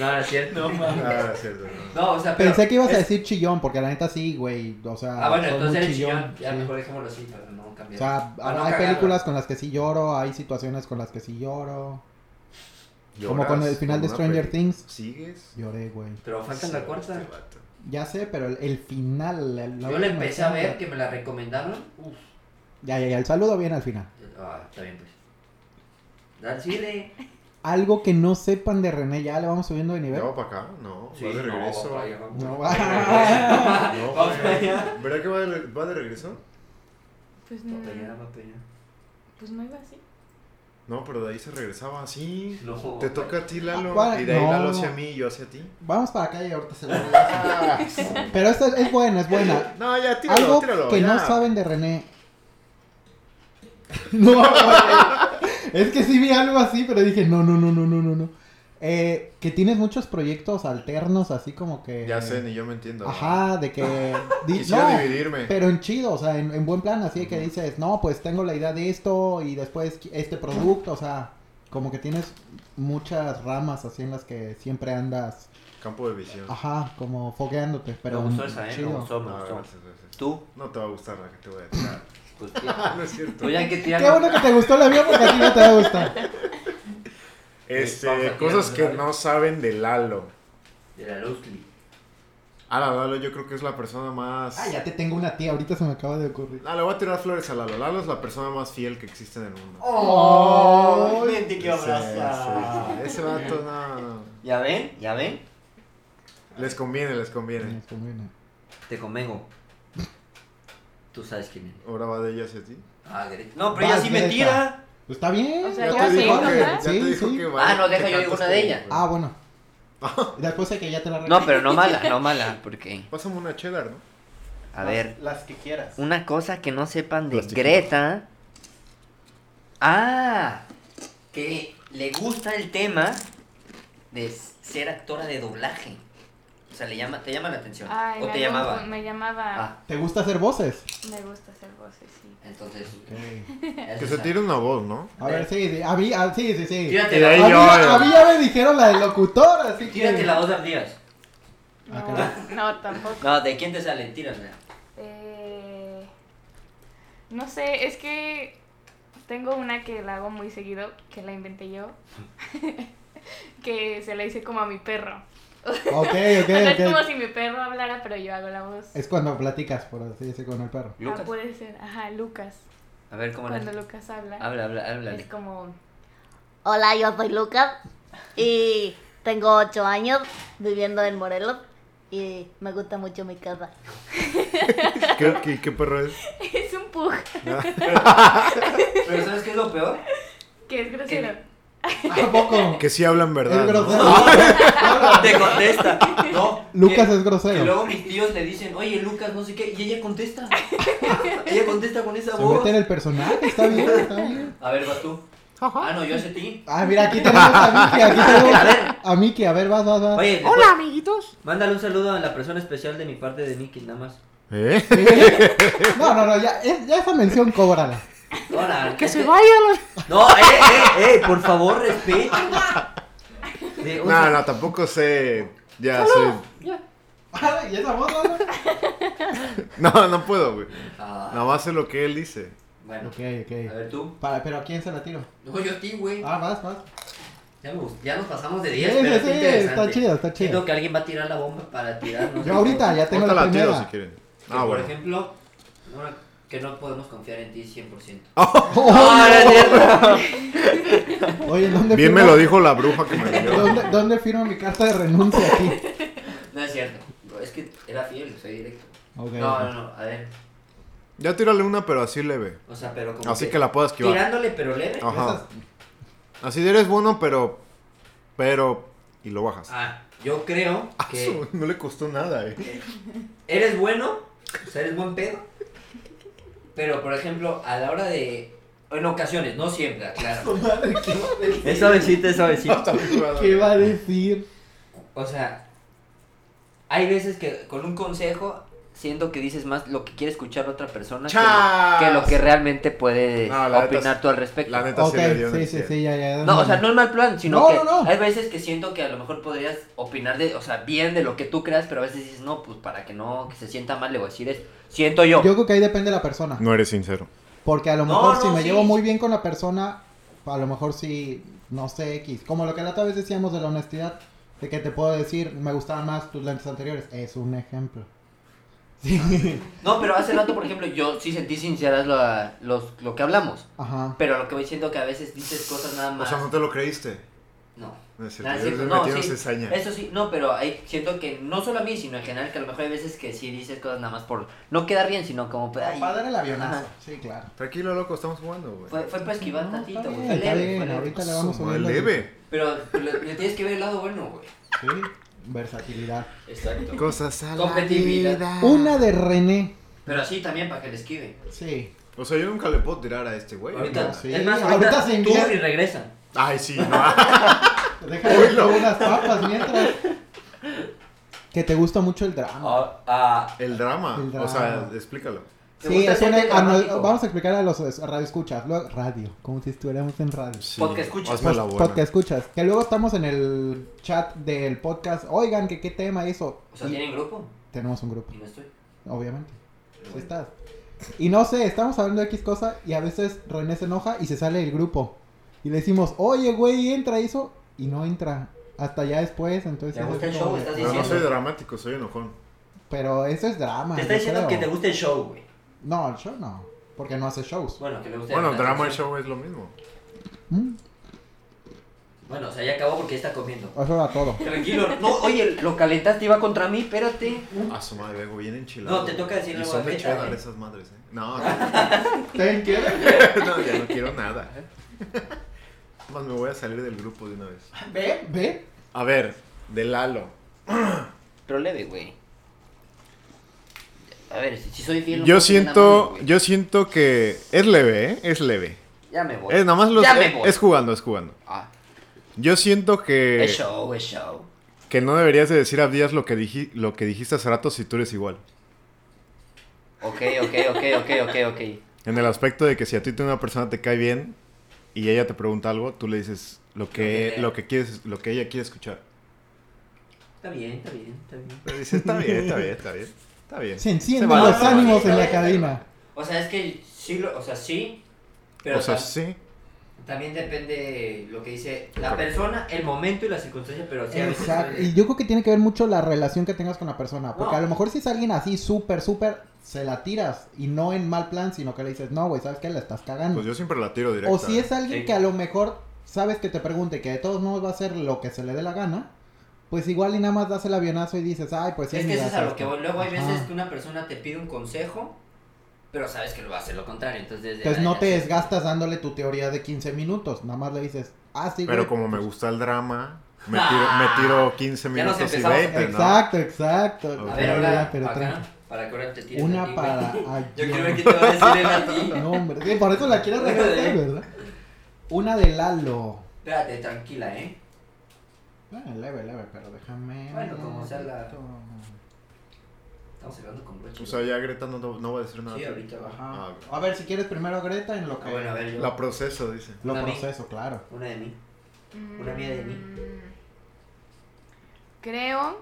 no, no es cierto.
Ah, es cierto. no.
No, o sea, pero
Pensé que ibas a
es-
decir chillón, porque la neta sí, güey. O sea,
Ah, bueno,
soy muy
entonces eres chillón. Ya
sí.
mejor dejémoslo así para no cambiar.
O sea,
Para no
hay
cagarla.
películas con las que sí lloro, hay situaciones con las que sí lloro. Como
Lloras
con el final de
por una
Stranger
peli.
Things.
¿Sigues?
Lloré, güey.
Pero falta en la
Sí,
cuarta.
este vato.
Ya sé, pero el, el final. la- la
Yo la
última
empecé a
escena.
ver, que me la recomendaron. Uf.
Ya, ya, ya. El saludo viene al final.
Ah, está bien, pues. Dale, sigue.
Algo que no sepan de René, ya le vamos subiendo de nivel.
¿Ya va para acá? No,
Sí,
va de
no,
regreso.
papá, ya vamos.
No,
No,
va.
No,
Vamos
güey.
para allá.
¿Verdad que va de, va de regreso?
Pues
Va
no,
para allá, va para allá.
pues no iba así.
No, pero de ahí se regresaba así.
No.
Te toca a ti, Lalo.
Ah, ¿cuál?
Y de ahí
No.
Lalo hacia mí y yo hacia ti.
Vamos para acá y ahorita se lo voy a decir. Pero esta es buena, es buena.
No, ya, tíralo,
Algo
tíralo.
que
ya.
no saben de René. No, güey. es que sí vi algo así, pero dije, no, no, no, no, no, no, no. Eh, que tienes muchos proyectos alternos, así como que...
Ya sé, ni yo me entiendo.
Ajá, de que... di-
Quisiera
no,
dividirme.
Pero en chido, o sea, en, en buen plan, así de que dices, no, pues tengo la idea de esto y después qui- este producto, o sea, como que tienes muchas ramas así en las que siempre andas,
Campo de visión.
ajá, como fogueándote, pero
me gustó esa, ¿eh? Me
chido.
gustó, me
No,
gustó.
gracias, gracias.
Tú,
No te va a gustar la que te voy a tirar.
pues tía.
no es cierto.
Tú ya hay que tirar.
Qué bueno que te gustó la mía porque a ti no te va a gustar.
Este,
Vamos a
cosas que
tirarnos,
no saben de Lalo.
De la Luzli.
Ahora, Lalo, yo creo que es la persona más.
Ah, ya te tengo una tía, ahorita se me acaba de ocurrir.
Lalo, voy a tirar flores a Lalo. Lalo es la persona más fiel que existe en el mundo.
Oh,
gente que
Sí, sí, sí. Ese vato, no, no.
¿Ya ven? ¿Ya ven?
Les conviene, les conviene.
Nos conviene.
Te convengo. Tú sabes quién es.
Ahora va de ella hacia ti.
Ah, Greta. No, pero ella
Vas,
sí me
Greta.
tira.
Pues está bien.
O sea,
ya
ya
te
sé,
dijo
¿no?
que-
ya te
sí,
dijo
sí.
que
Ah, no, deja,
que
yo digo
cantas
una de
como-
ella.
Ah, bueno. Después de que ya te la
No, pero no mala, no mala, porque.
Pásame una cheddar, ¿no?
A ver,
Las que quieras.
una cosa que no sepan de
Las chiquitas.
Greta. Ah, que le gusta el tema de s- ser actora de doblaje. O sea, le llama, te llama la atención. Ah.
Ay,
o
Ah, en
te
algún
llamaba.
punto Me llamaba.
Ah,
¿Te gusta hacer voces?
Me gusta hacer voces, sí.
entonces.
Que se tire una voz, ¿no?
A ver, sí, sí. A mí, ah, sí, sí, sí.
Tírate
Y de
la
ahí
A
voz.
mí,
yo-
ya- a mí ya me dijeron la del locutor, así
Tírate
que...
la voz de Abdías.
Ah,
No, no, tampoco.
No, ¿de quién te sale? Tírala.
Eh, no sé, es que tengo una que la hago muy seguido, que la inventé yo, que se la hice como a mi perro.
Ok,
O sea, es
ok,
como
ok.
si mi perro hablara, pero yo hago la voz.
Es cuando platicas, por así decirlo, con el perro.
Ah, puede ser, ajá, Lucas.
A ver, ¿cómo la
Cuando Lucas habla,
Habla, habla,
es
háblale.
como...
Hola, yo soy Lucas y tengo 8 años viviendo en Morelos y me gusta mucho mi casa.
¿Qué, qué, qué perro es?
Es un pug,
Pero ¿sabes qué es lo peor?
que es grosero.
¿A poco?
Que sí hablan
Es
verdad. ¿no?
grosero.
Te contesta. No.
Lucas
que-
es
Que
grosero.
luego mis tíos le dicen, oye Lucas, no sé qué, y ella contesta. ella contesta con esa
Se
voz.
mete en el personaje, está bien, está bien.
A ver, vas tú. Ah, no, yo hacia ti.
Ah, mira, aquí tenemos a Miki, aquí
A
tenemos
ver.
a Miki, a ver, vas, vas, vas.
Oye,
Hola, amiguitos.
mándale un saludo a la persona especial de mi parte de Nicky, nada más.
¿Eh?
No, no, no, ya, es- ya esa mención cóbrala.
Hola. es que-
vayan los...
No, eh, eh, eh, por favor, respeten. De- o sea,
No, no, tampoco sé. Ya sé.
Ay, ¿Y esa voz, no?
No, no puedo, güey.
ah,
Nada más sé lo que él dice.
Bueno,
Ok,
a
ok.
ver tú.
Para, pero ¿a quién se la tiro?
No, yo a ti, güey.
Ah, vas, vas.
Ya, me gustó, ya nos pasamos de
Sí,
10.
sí,
pero
sí,
está interesante.
está chido, está
Siento
chido.
que alguien va a tirar la bomba para tirarnos.
Yo ahorita ya tengo
Ahorita
la
la tiro si
primera.
quieren.
Que,
Ah,
por
bueno.
ejemplo, no- que no podemos confiar en ti 100%.
Oh,
Oye, ¿dónde
Bien
firmo?
me lo dijo la bruja que me dio.
¿Dónde, dónde firmo mi carta de renuncia aquí?
No es cierto. No, Es que era fiel, soy directo.
Ok.
No, no, no. A ver.
Ya tírale una, pero así leve.
O sea, pero como.
Así que Ah. la puedo esquivar.
Tirándole, pero leve.
Ajá. Así de eres bueno, pero. Pero. Y lo bajas.
Ah, yo creo
Ah,
que.
su- No le costó nada, eh.
Eres bueno, o sea, eres buen pedo. Pero, por ejemplo, a la hora de. En ocasiones, no siempre, claro. Es suavecita, es suavecita.
eh.
¿Qué va a decir?
O sea, hay veces que con un consejo siento que dices más lo que quiere escuchar la otra persona que lo-
¡Chas!
que, lo que realmente puede
No, la neta
opinar
es-
tú al respecto.
La neta
Ok,
sí le dio. en
sí,
el
sí,
cielo.
sí, ya, ya.
No, o sea, no es mal plan, sino
No,
que
no, no.
hay veces que siento que a lo mejor podrías opinar de, o sea, bien de lo que tú creas, pero a veces dices, no, pues para que no que se sienta mal le voy a decir es, siento yo.
Yo creo que ahí depende de la persona.
No eres sincero.
Porque a lo
No,
mejor
no,
si me
sí.
llevo muy bien con la persona, a lo mejor sí, no sé, X. Como lo que la otra vez decíamos de la honestidad, de que te puedo decir, me gustaban más tus lentes anteriores. Es un ejemplo. Sí.
No, pero hace rato, por ejemplo, yo sí sentí sinceras la- los, lo que hablamos,
Ajá.
pero lo que voy siento que a veces dices cosas nada más.
te lo creíste.
no.
No es
Nada,
cierto.
Ah, sí,
yo
no,
metí una
sí,
cizaña.
Eso sí, no, pero ahí siento que no solo a mí, sino en general, que a lo mejor hay veces que sí dices cosas nada más por no quedar bien, sino como. pues, ay,
Para dar el avionazo.
Ajá.
Sí, claro.
Tranquilo, loco, estamos jugando, güey.
Fue, fue para esquivar
No,
tantito,
está
güey.
bien,
fue
está
leve, fue
bien,
leve.
ahorita le vamos
Su
subiendo
madre,
el-
leve.
Pero le, le tienes que ver el lado bueno, güey.
Sí. Versatilidad.
Exacto.
Cosas a la
Competitividad.
vida.
Una de René.
Pero así también para que le esquive.
Sí.
O sea, yo nunca le puedo tirar a este güey.
Ahorita,
no, sí.
es más,
Ahorita
ahorita,
se
tú
envía-
y regresa.
Ay, sí, no. Ah,
Déjame con unas papas mientras. Que te gusta mucho el drama.
Ah, ah,
El drama.
El
O sea,
drama.
explícalo.
¿te
Sí,
gusta
es una,
hacerte
a no-
dramático?
vamos a explicar a los es- radioescuchas. Luego, radio, como si estuviéramos en radio.
Sí.
Podcast escuchas.
Hazme la
Pod-
buena.
podcast escuchas. Que luego estamos en el chat del podcast. Oigan, que qué tema eso.
O sea,
Y
tienen grupo
Tenemos un grupo,
y no estoy.
obviamente. Sí estás. Y no sé, estamos hablando de X cosa y a veces René se enoja y se sale del grupo. Y le decimos, oye, güey, entra eso. Y no entra. Hasta ya después, entonces...
¿Te
es
gusta el
como
show?
de-
¿Estás
Pero no
diciendo?
soy dramático, soy enojón.
Pero eso es drama.
Te está
yo
diciendo que
Ah, creo.
te gusta el show, güey.
No, el show no. Porque no hace shows.
Bueno, que le gusta
Bueno,
la
drama y
canción.
show es lo mismo.
Mm,
Bueno, o sea, ya acabó porque está comiendo.
Eso era todo.
Tranquilo. No, oye, lo calentaste iba contra mí, espérate.
A su madre, vengo bien enchilado.
No, te toca decirle
Y
algo
son
a
de
Feta,
cheddar
güey.
esas madres, ¿eh? No,
¿Te quiere?
no, ya no quiero nada. ¿eh? Más me voy a salir del grupo de una vez.
Ve, ve.
A ver, de Lalo.
Pero leve, güey. A ver, si, si soy fiel. no
Yo
puedo ser nada
siento,
más, güey.
yo siento que es leve, ¿eh? Es leve.
Ya me voy.
Es nada más los,
Ya me
es,
voy.
es jugando, es jugando.
Ah,
Yo siento que,
es show, es show.
que no deberías de decir a Díaz lo que, diji- lo que dijiste hace rato si tú eres igual.
Ok, ok, ok, ok, ok, ok.
En el aspecto de que si a ti una persona te cae bien y ella te pregunta algo, tú le dices lo que,
que-
lo que, quieres, lo que ella quiere escuchar.
Está bien, está bien, está bien.
Le dices, está bien, está bien, está bien. Está bien.
Se
Se
encienden
va,
los
se va.
ánimos en la cabina.
O sea, es que sí, lo- o sea, sí. Pero
o sea,
tam-
sí.
también depende lo que dice la
Correcto.
persona, el momento y la circunstancia, pero sí a veces.
Exacto. Y yo creo que tiene que ver mucho la relación que tengas con la persona. Porque
No.
a lo mejor si es alguien así súper, súper, se la tiras. Y no en mal plan, sino que le dices, no, güey, ¿sabes qué? La estás cagando.
Pues yo siempre la tiro directa.
o si es alguien
Sí.
que a lo mejor sabes que te pregunte que de todos modos va a hacer lo que se le dé la gana. Pues igual y nada más das el avionazo y dices, ay, pues sí.
es que
mira,
eso es a lo
¿sabes
que
qué?
voy. Luego hay
Ajá.
veces que una persona te pide un consejo, pero sabes que lo va a hacer lo contrario. Entonces, de-
Entonces no te
ya-
desgastas dándole tu teoría de 15 minutos. Nada más le dices, ah, sí, güey.
Pero como me gusta el drama, me tiro, me tiro 15
Ah. Ya nos
minutos y
empezamos.
20, ¿no?
Exacto, exacto.
A
A
Ok.
ver,
Ya,
ahora,
pero
acá,
tranqui.
para que ahora te tires a ti,
Una
güey.
para
Yo
ayer.
quiero ver qué te va a decir él a ti.
No, hombre. Sí, por eso la quiero regresar, ¿verdad? Una de Lalo.
Espérate, tranquila, ¿eh?
Bueno, leve, leve, pero déjame.
Bueno, como sea la- Estamos cerrando con broche.
O sea, ya Greta no, no- no va a decir nada.
Sí, ahorita va.
Ajá.
Ah, ok.
A ver, si quieres primero Greta en lo que.
Ah, bueno, a ver, yo.
La proceso, dice.
Lo
Una a mí.
proceso, claro.
Una de mí. Una
Una
mía de mí.
Mm. Creo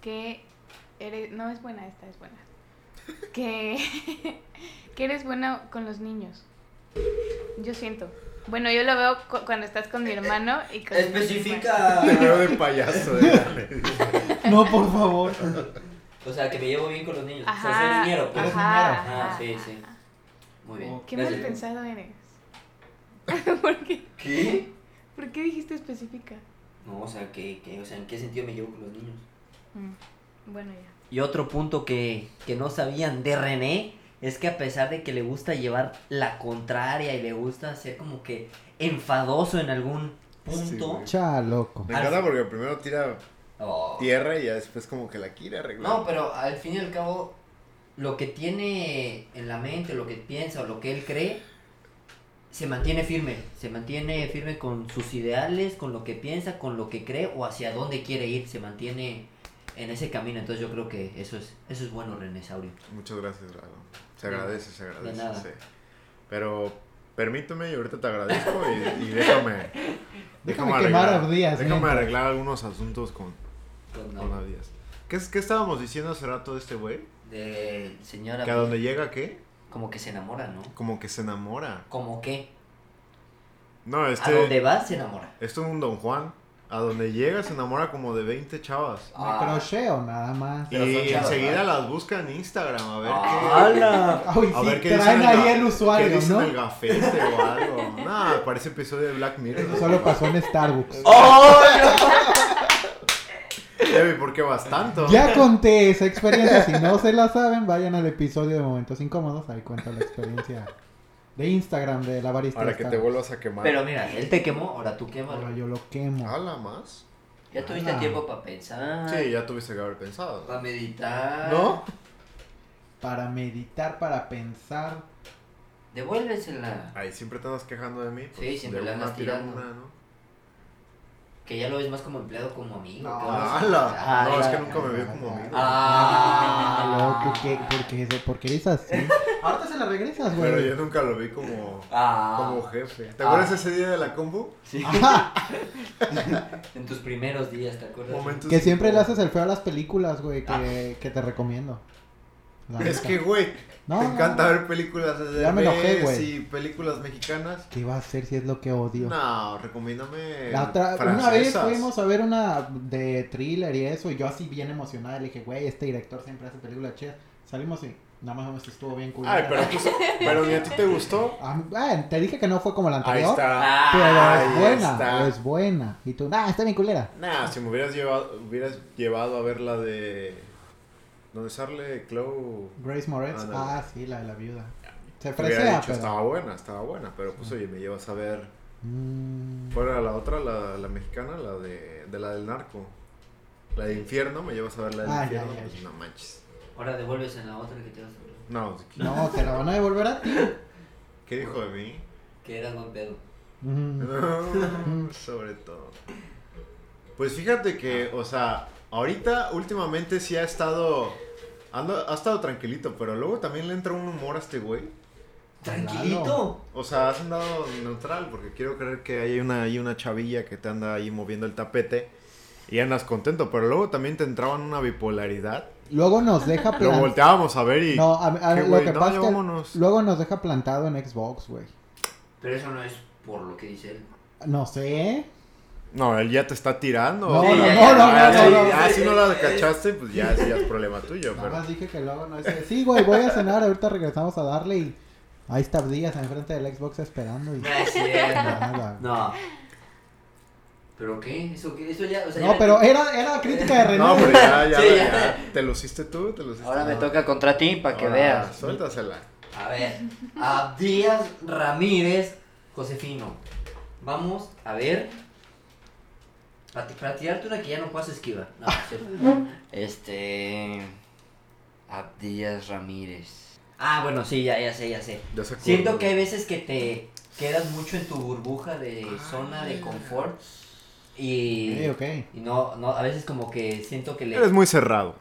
que eres. No es buena esta, es buena. Que, que eres buena con los niños. Yo siento. Bueno, yo lo veo cu- cuando estás con mi hermano y con
Especifica.
Te veo de payaso. eh.
No, por favor.
O sea, que me llevo bien con los niños. O sea, soy
Ajá.
niñero. pues.
Ajá.
Ah,
ajá.
sí, sí. Muy bien.
Oh, Qué
Gracias.
mal pensado eres. ¿Por qué?
¿Qué?
¿Por qué dijiste específica?
No, o sea, que, que, o sea, ¿en qué sentido me llevo con los niños?
Mm, Bueno, ya.
Y otro punto que, que no sabían de René es que a pesar de que le gusta llevar la contraria y le gusta ser como que enfadoso en algún punto.
güey.
Cha, loco.
Me encanta porque primero tira
Oh.
tierra y ya después como que la quiere arreglar.
No, pero al fin y al cabo, lo que tiene en la mente, lo que piensa o lo que él cree, se mantiene firme. Se mantiene firme con sus ideales, con lo que piensa, con lo que cree o hacia dónde quiere ir. Se mantiene en ese camino. Entonces yo creo que eso es, eso es bueno, René Saurio.
Muchas gracias, Drago. Se
De-
agradece, se agradece.
nada.
sí. Pero permíteme y ahorita te agradezco y, y déjame.
Déjame quemar
arreglar-
Abdías,
Déjame
mientras.
arreglar algunos asuntos con,
Pues,
con
no,
Abdías. ¿Qué, es- ¿Qué estábamos diciendo hace rato de este güey?
de señora... pues,
Que a donde llega, ¿qué?
Como que se enamora, ¿no?
Como que se enamora.
Como que
No,
a donde
este.
va se enamora.
Esto es un Don Juan. A donde llega se enamora como de 20 chavas.
Ah.
Me crocheo nada más.
Y
Pero son chavas,
enseguida
¿verdad? Ah,
las busca en Instagram a ver qué.
¡Hala!
Ay,
A
sí,
ver qué dicen
traen
en
ahí
la-
el
¿Qué
usuario,
dicen
¿no?
el gafete o algo? Nah, parece episodio de Black Mirror.
Eso solo pasó en Starbucks.
Debbie, ¿por qué vas tanto?
Ya conté esa experiencia. Si no se la saben, vayan al episodio de Momentos Incómodos. Ahí cuenta la experiencia de Instagram de la barista.
Para
de
que te
Starbucks.
vuelvas a quemar.
Pero mira, él te quemó, ahora tú quémalo.
Ahora yo lo quemo.
¿Hala más?
Ya tuviste
Ah.
tiempo para pensar.
Sí, ya tuviste que haber pensado.
Para meditar.
¿No?
Para meditar, para pensar.
Devuélvesela.
Ay, siempre te andas quejando de mí. pues,
Sí, siempre
de
le
una
andas
tira
tirando.
una, ¿no?
Que ya lo ves más como empleado, como amigo.
No,
que vas a-
¡Hala! Ah, No,
Ay,
es que
ay,
nunca me vio
ay,
como
ay.
amigo.
Ah.
Loco, ¿qué? ¿Por qué, eso? ¿Por qué eres así? Ahorita se la regresas,
Pero
güey.
yo nunca lo vi como,
Ah.
como jefe. ¿Te acuerdas ese día de la combo?
Sí. en tus primeros días, ¿te acuerdas?
Momentos
Que siempre le haces
incómodos.
el feo a las películas, güey, que, que te recomiendo. La
Ah. Es
neta.
que, güey,
No,
te
no,
encanta
no.
ver películas de
Ya me enojé,
vez
güey.
y películas mexicanas.
¿Qué iba a hacer si es lo que odio?
No, recomiéndame.
La otra- una vez
francesas.
fuimos a ver una de thriller y eso, y yo así bien emocionada, le dije, güey, este director siempre hace películas chidas. Salimos y nada más vemos que estuvo bien cool. Ah,
Ay, pero, pues, pero ni a ti te gustó.
te dije que no fue como la
Ahí
anterior,
está.
pero
ahí
es buena,
está.
es buena. Y tú, nah, está bien culera.
Nah, si me hubieras llevado, hubieras llevado a ver la de. Donde sale Chloe.
Grace Moretz,
Ándale.
ah, sí, la de la viuda. Se
Te hubiera
fresea,
dicho,
pero...
estaba buena, estaba buena. Pero pues, oye, me llevas a ver.
Mm,
¿Cuál era la otra? La, la mexicana, la de, de la del narco. La de infierno, me llevas a ver la del
Ah, ya,
infierno.
ya,
pues,
ya.
No manches.
Ahora devuelves en la otra que te vas a
No, ¿qué,
no, te la van a devolver a ti.
qué dijo de mí?
Que eras buen pedo.
Mm,
sobre todo. Pues fíjate que, o sea, ahorita últimamente sí ha estado. ando- ha estado tranquilito, pero luego también le entra un humor a este güey.
Tranquilito.
O sea, has andado neutral, porque quiero creer que hay una, hay una chavilla que te anda ahí moviendo el tapete y andas contento, pero luego también te entraban una bipolaridad.
Luego nos deja
Lo
plan-
volteábamos a ver y.
No, a- a-
qué
lo
güey,
que
no,
pasa
ya
es que
vámonos.
luego nos deja plantado en Xbox, güey.
Pero eso no es por lo que dice él.
No sé.
No, él ya te está tirando.
No,
Sí,
no,
ya,
no,
ya,
no,
ya,
no,
sí,
no, no.
ya, si no la cachaste, pues ya, sí, ya es problema tuyo.
Nada
pero-
más dije que luego no es de, Sí, güey, voy a cenar, ahorita regresamos a darle y ahí está Díaz enfrente del Xbox esperando y
No es cierto.
nada. No,
No. ¿Pero qué? ¿Eso, qué? Eso ya. O sea, ya-
pero era, era crítica de René.
No, pero ya, ya,
Sí,
ya,
ya.
ya. Te luciste tú, te luciste
Ahora me
tú.
toca contra ti para que
Ahora,
veas.
Suéltasela.
A ver, Abdías Ramírez Josefino. Vamos a ver. Para, tirarte una que ya no puedas esquivar. No, es cierto. este. Abdías Ramírez. Ah, bueno, sí, ya, ya sé, ya sé.
Ya se acuerda.
Siento que hay veces que te quedas mucho en tu burbuja de zona de confort. Y.
Sí, ok.
Y no, no, a veces como que siento que le.
Eres muy cerrado.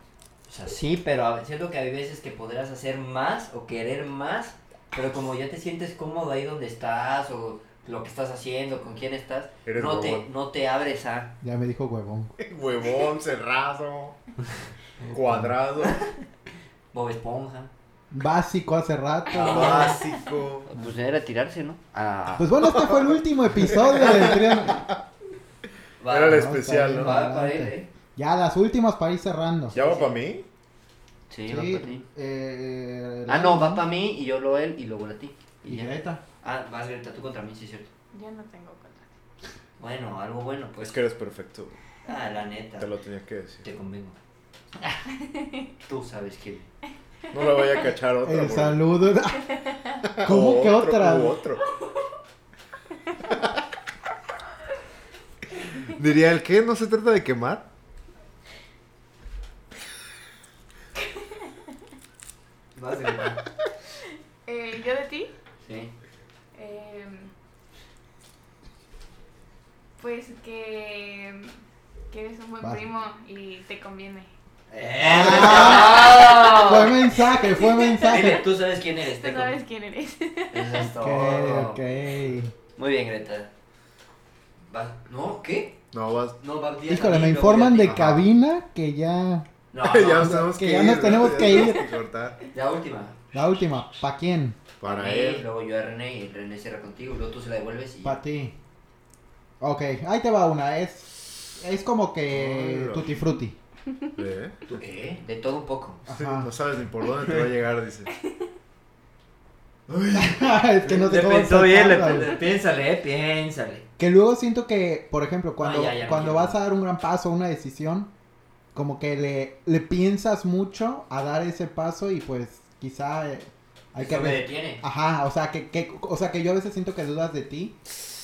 O sea, sí, pero a- siento que hay veces que podrás hacer más o querer más, pero como ya te sientes cómodo ahí donde estás o lo que estás haciendo, con quién estás,
Eres
no te,
huevón.
no te abres a...
Ya me dijo huevón.
Huevón, cerrado, cuadrado.
Bob Esponja.
básico hace rato. güey.
Básico.
Pues era tirarse, ¿no? Ah.
Pues bueno, este fue el último episodio del trío.
Va,
Era el
va,
está
especial, ¿no?
bien.
va para él, ¿eh?
Ya las últimas para ir cerrando.
¿Ya va para mí?
Sí,
Sí,
va para ti.
eh,
Ah, no, va para mí y yo lo él y luego a ti.
Y
Y ya.
Greta.
Ah, vas Greta, tú contra mí, sí, es cierto.
Yo no tengo contrato.
Bueno, algo bueno, pues.
Es que eres perfecto. güey.
Ah, la neta.
Te lo tenía que decir.
Te convengo. tú sabes que.
No la vaya a cachar otra.
El
porque-
saludo. ¿Cómo
O
que
otro,
otra?
u otro. Diría el que no se trata de quemar.
Vas Greta.
Eh, ¿Yo de ti?
Sí.
Em, pues que, em, que eres un buen
Vas.
primo y te conviene.
¡Eh!
Ah, Fue mensaje, fue mensaje.
Dile, tú sabes quién eres,
Tú
te
sabes
convengo.
quién eres.
Eso es
Ok,
todo.
ok.
Muy bien, Greta. Va- ¿No? ¿Qué?
No, vas.
No, va bien.
Híjole, me informan de cabina que ya.
No,
ya
no,
nos tenemos que,
que ya
ir,
nos tenemos
ya
que ir.
tenemos que cortar.
la última.
La última, ¿pa quién?
Para
René,
él.
Luego yo a René y René cierra contigo. Luego tú se la devuelves y.
Pa ti. Ok, ahí te va una. Es, es como que
Hola.
tutti frutti.
¿Eh?
¿Eh? De todo un poco.
Sí,
Ajá.
no sabes ni por dónde te va a llegar, dice.
es que no sé
le
cómo
pensó bien, le
sacarla, güey.
pensó- piénsale, eh, piénsale.
Que luego siento que, por ejemplo, cuando,
ya, ya,
cuando
ya.
vas a dar un gran paso, una decisión, como que le, le piensas mucho a dar ese paso y pues quizá eh, hay que... Ah,
Eso me
re-
detiene.
Ajá, o sea que, que- o sea que yo a veces siento que dudas de ti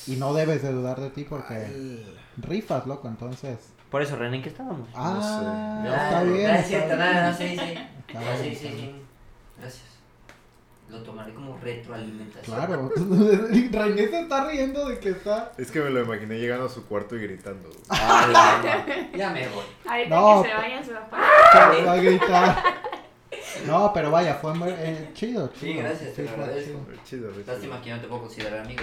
y no debes de dudar de ti porque rifas, loco, entonces...
Por eso, René, ¿en qué estábamos?
Ah,
sé.
Ah,
está bien.
No es
está
cierto,
bien.
nada, no, sí, sí.
Está
Ah,
bien,
sí, sí,
está
sí.
bien.
Gracias. Lo tomaré como retroalimentación.
Claro. René se está riendo de que está...
Es que me lo imaginé llegando a su cuarto y gritando. güey.
Ay, ay, ay. ya me voy.
Ahorita
No,
que se
pa-
vayan se va a parar.
Se va a gritar. No, pero vaya, fue eh, chido, chido.
Sí, gracias, te lo
fue
agradezco.
chido.
Chido, güey.
Ah, Lástima que yo no te puedo considerar amigo.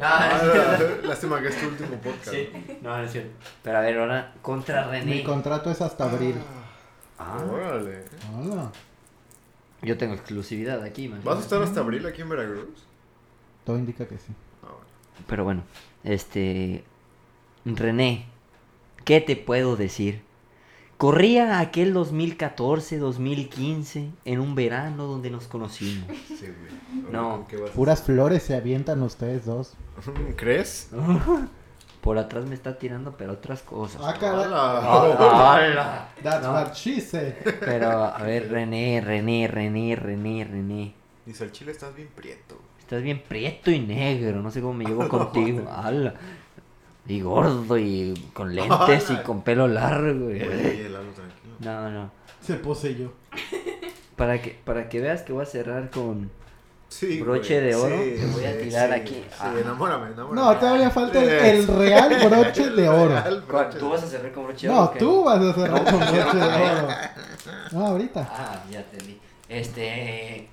Ah,
No, no, no.
Lástima que es tu último podcast.
Sí, no, no es cierto. Pero a ver, ahora contra
Mi
René.
contrato es hasta abril.
Ah, Órale.
Hola.
yo tengo exclusividad aquí, man.
¿Vas a estar hasta abril aquí en Veracruz?
Todo indica que sí.
Ah, bueno.
Pero bueno, este. René, ¿qué te puedo decir? Corría aquel 2014, 2015, en un verano donde nos conocimos.
Sí, güey.
No.
Ahora, ¿qué vas a
Puras flores se avientan ustedes dos.
hacer? ¿Crees?
Ah,
Por atrás me está tirando, pero otras cosas.
Ah,
Hola.
Ah, ¡Hala!
That's
No,
what she said.
Pero, a ver, René, René, René, René, René.
Dice, el chile estás bien prieto.
Estás bien prieto y negro, no sé cómo me llevo contigo. ¡Hala! Y gordo y con lentes y
¡Hala!
con pelo largo. y-
Oye, Lalo, tranquilo.
No, no.
Se puse yo.
Para que, para que veas que voy a cerrar con...
Sí,
Broche
güey.
de oro,
Sí,
te voy a
sí,
tirar
sí,
aquí.
Sí,
Ah.
enamórame, enamórame.
No, todavía falta el, el real broche de oro.
El broche
¿Tú vas a cerrar con broche de oro,
No,
o qué?
tú vas a cerrar con broche de oro. No, ahorita.
Ah, ya te vi. Este...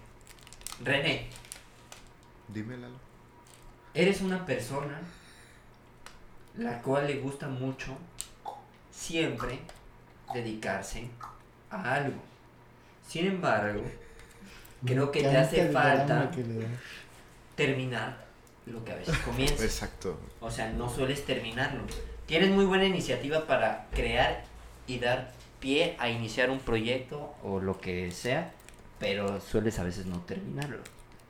René,
Dime, Lalo.
eres una persona la cual le gusta mucho siempre dedicarse a algo. Sin embargo, creo que te hace
Encanta
falta
el programa que le da.
terminar lo que a veces comienzas.
Exacto.
O sea, no sueles terminarlo. Tienes muy buena iniciativa para crear y dar pie a iniciar un proyecto o lo que sea, pero sueles a veces no terminarlo.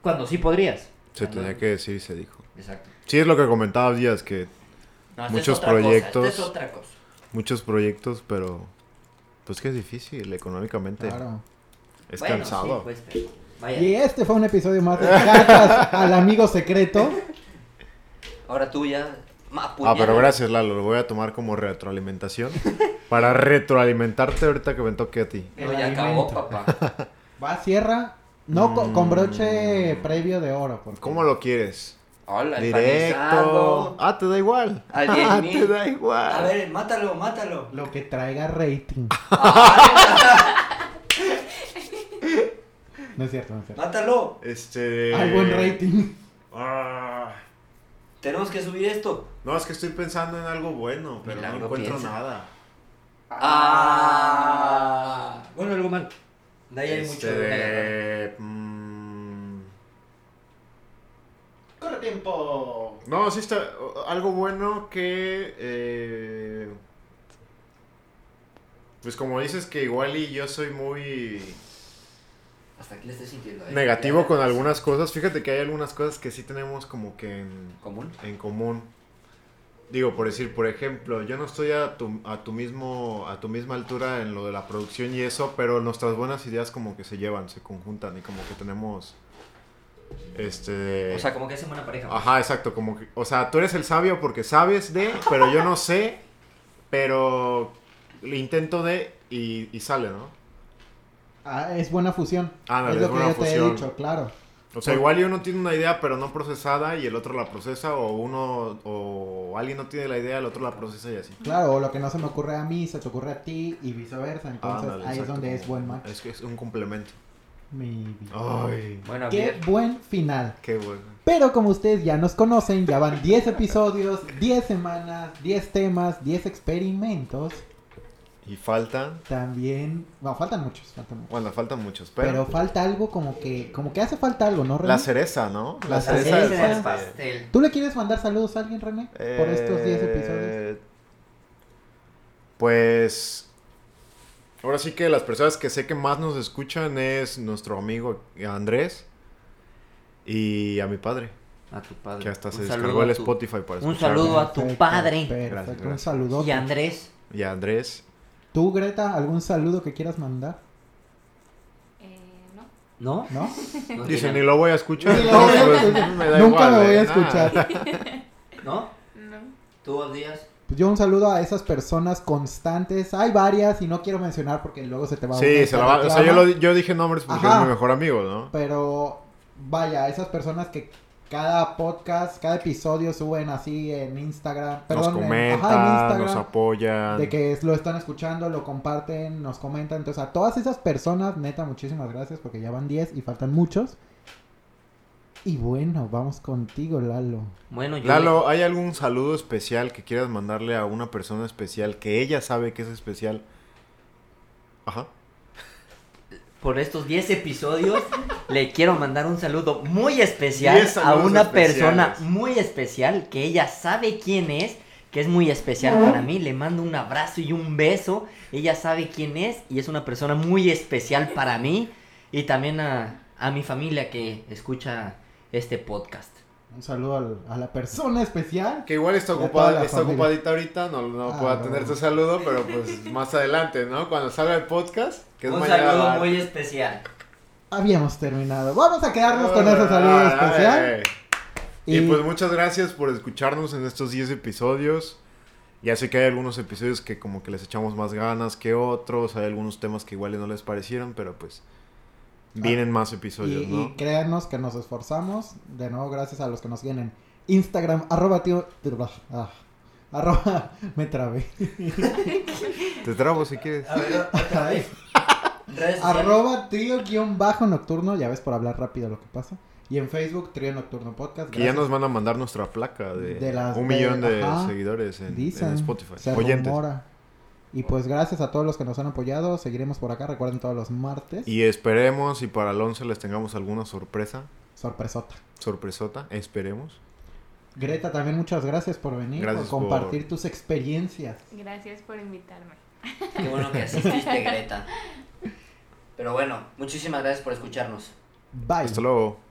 Cuando sí podrías.
Se
Cuando-
tenía que decir y se dijo.
Exacto.
Sí, es lo que comentaba Díaz, que
No, esta
Muchos
es otra cosa,
proyectos.
esta es otra cosa.
muchos proyectos, pero pues que es difícil económicamente.
Claro.
Es
Bueno,
cansado.
sí, pues, pero- vaya.
Y este fue un episodio más de cartas al amigo secreto.
Ahora tú ya. ma,
Ah, pero
apuñala.
gracias Lalo, lo voy a tomar como retroalimentación. para retroalimentarte ahorita que me toque a ti.
No,
El
ya acabó,
alimento.
papá.
Va, cierra. No, co- con broche
Mm.
previo de oro. Porque...
¿Cómo lo quieres?
Hola,
Directo.
empanizado.
Ah, te da igual.
Al 10,000.
Ah, te da igual.
A ver, mátalo, mátalo.
Lo que traiga rating. No es cierto, no es cierto.
Mátalo.
Este.
Hay buen rating.
Ah,
Tenemos que subir esto.
no, es que estoy pensando en algo bueno, pero
Milagro
no encuentro
piensa.
nada.
Ah. Bueno, algo mal. De ahí hay
Este,
mucho. de-
mm,
super tiempo.
No, sí está. o- Algo bueno que. eh, pues como dices que igual y yo soy muy
Hasta aquí le estoy sintiendo. ¿eh?
negativo
Ya,
con
ya.
algunas cosas. Fíjate que hay algunas cosas que sí tenemos como que en,
¿Común?
en común. Digo, por decir, por ejemplo, yo no estoy a tu, a tu mismo a tu misma altura en lo de la producción y eso, pero nuestras buenas ideas como que se llevan, se conjuntan y como que tenemos este
O sea, como que hacen buena pareja.
Ajá, exacto, como que, o sea, tú eres el sabio porque sabes de, pero yo no sé, pero le intento de y, y sale, ¿no?
Ah, es buena fusión.
Ándale,
es lo que
Ah, es buena
yo te he
fusión.
dicho, claro.
O sea, igual y uno tiene una idea pero no procesada y el otro la procesa o uno o alguien no tiene la idea, el otro la procesa y así.
Claro, o lo que no se me ocurre a mí, se te ocurre a ti y viceversa. Entonces
Ándale,
ahí es
exacto,
donde es
como-
buen match.
Es Ah, que es un complemento.
Mi vida.
Ay,
Bueno,
Qué
Javier,
buen final.
qué bueno.
Pero como ustedes ya nos conocen, ya van 10 episodios, 10 semanas, 10 temas, 10 experimentos.
Y faltan,
También, no, faltan muchos, faltan muchos.
bueno, faltan muchos, pero,
Pero falta algo como que, como que hace falta algo, ¿no, René?
la cereza, ¿no?
La
la
cereza
cereza
del
del pastel.
¿Tú le quieres mandar saludos a alguien, René? Por estos 10 episodios.
Eh, Pues. Ahora sí que las personas que sé que más nos escuchan es nuestro amigo Andrés y a mi padre,
A tu padre.
que hasta se
Un saludo
descargó el
a tu-
Spotify para
un
escucharme.
saludo a tu
Perfecto,
padre.
perfecto,
Gracias,
Un
gracias.
saludo.
Y a Andrés.
Y a Andrés.
¿Tú, Greta, algún saludo que quieras mandar?
Eh,
¿No?
no.
¿No?
No
Dice, ni
tiene-
lo voy a escuchar.
Ni lo voy a
entonces,
escuchar.
pues, me da
Nunca
igual,
lo voy a
eh, nada.
escuchar.
¿No?
No.
¿Tú, Díaz?
Pues yo un saludo a esas personas constantes. Hay varias y no quiero mencionar porque luego se te va a
Sí, se la va- o sea, yo, lo- yo dije nombres porque
Ajá.
es mi mejor amigo, ¿no?
Pero vaya, esas personas que cada podcast, cada episodio suben así en Instagram. Perdón,
nos
en,
comenta,
ajá, en
nos
Instagram.
apoya.
De que es- lo están escuchando, lo comparten, nos comentan. Entonces, a todas esas personas, neta, muchísimas gracias porque ya van 10 y faltan muchos. Y bueno, vamos contigo, Lalo.
Bueno, yo.
Lalo, ¿hay algún saludo especial que quieras mandarle a una persona especial que ella sabe que es especial? Ajá.
por estos 10 episodios le quiero mandar un saludo muy especial
10
a
saludos
una
especiales.
persona muy especial que ella sabe quién es, que es muy especial para mí. Le mando un abrazo y un beso. Ella sabe quién es y es una persona muy especial para mí y también a, a mi familia que escucha este podcast.
Un saludo al- a la persona especial.
Que igual está
Y a
ocupada,
toda la
está
familia.
ocupadita ahorita, no, no
Ah,
puedo
no.
atender tu saludo, pero pues más adelante, ¿no? Cuando salga el podcast, que es
un
mañana.
saludo
va-
muy especial.
Habíamos terminado. Vamos a quedarnos con ese saludo
Ay,
especial.
Ah, Y...
Y-
pues muchas gracias por escucharnos en estos 10 episodios. Ya sé que hay algunos episodios que como que les echamos más ganas que otros, hay algunos temas que igual y no les parecieron, pero pues vienen más episodios,
Ah. Y,
¿no?
y créanos que nos esforzamos. De nuevo, gracias a los que nos vienen Instagram, arroba tío. ah, arroba, me trabé.
Te trabo si quieres.
Ah,
A ver, otra vez. Ah, Redes sociales.
Arroba trío guión bajo nocturno, ya ves por hablar rápido lo que pasa. Y en Facebook, trío nocturno podcast.
Que ya
gracias.
nos van a mandar nuestra placa de,
De las-
un
de-
millón de
ajá.
seguidores en,
Dicen,
en Spotify.
se
Oyentes.
rumora. Y pues gracias a todos los que nos han apoyado, seguiremos por acá, recuerden todos los martes.
Y esperemos y para el 11 les tengamos alguna sorpresa,
Sorpresota.
sorpresota, esperemos.
Greta, también muchas gracias por venir,
Gracias
por
por-
compartir tus experiencias.
Gracias por invitarme.
Qué bueno que asististe, Greta. Pero bueno, muchísimas gracias por escucharnos.
Bye.
Hasta luego.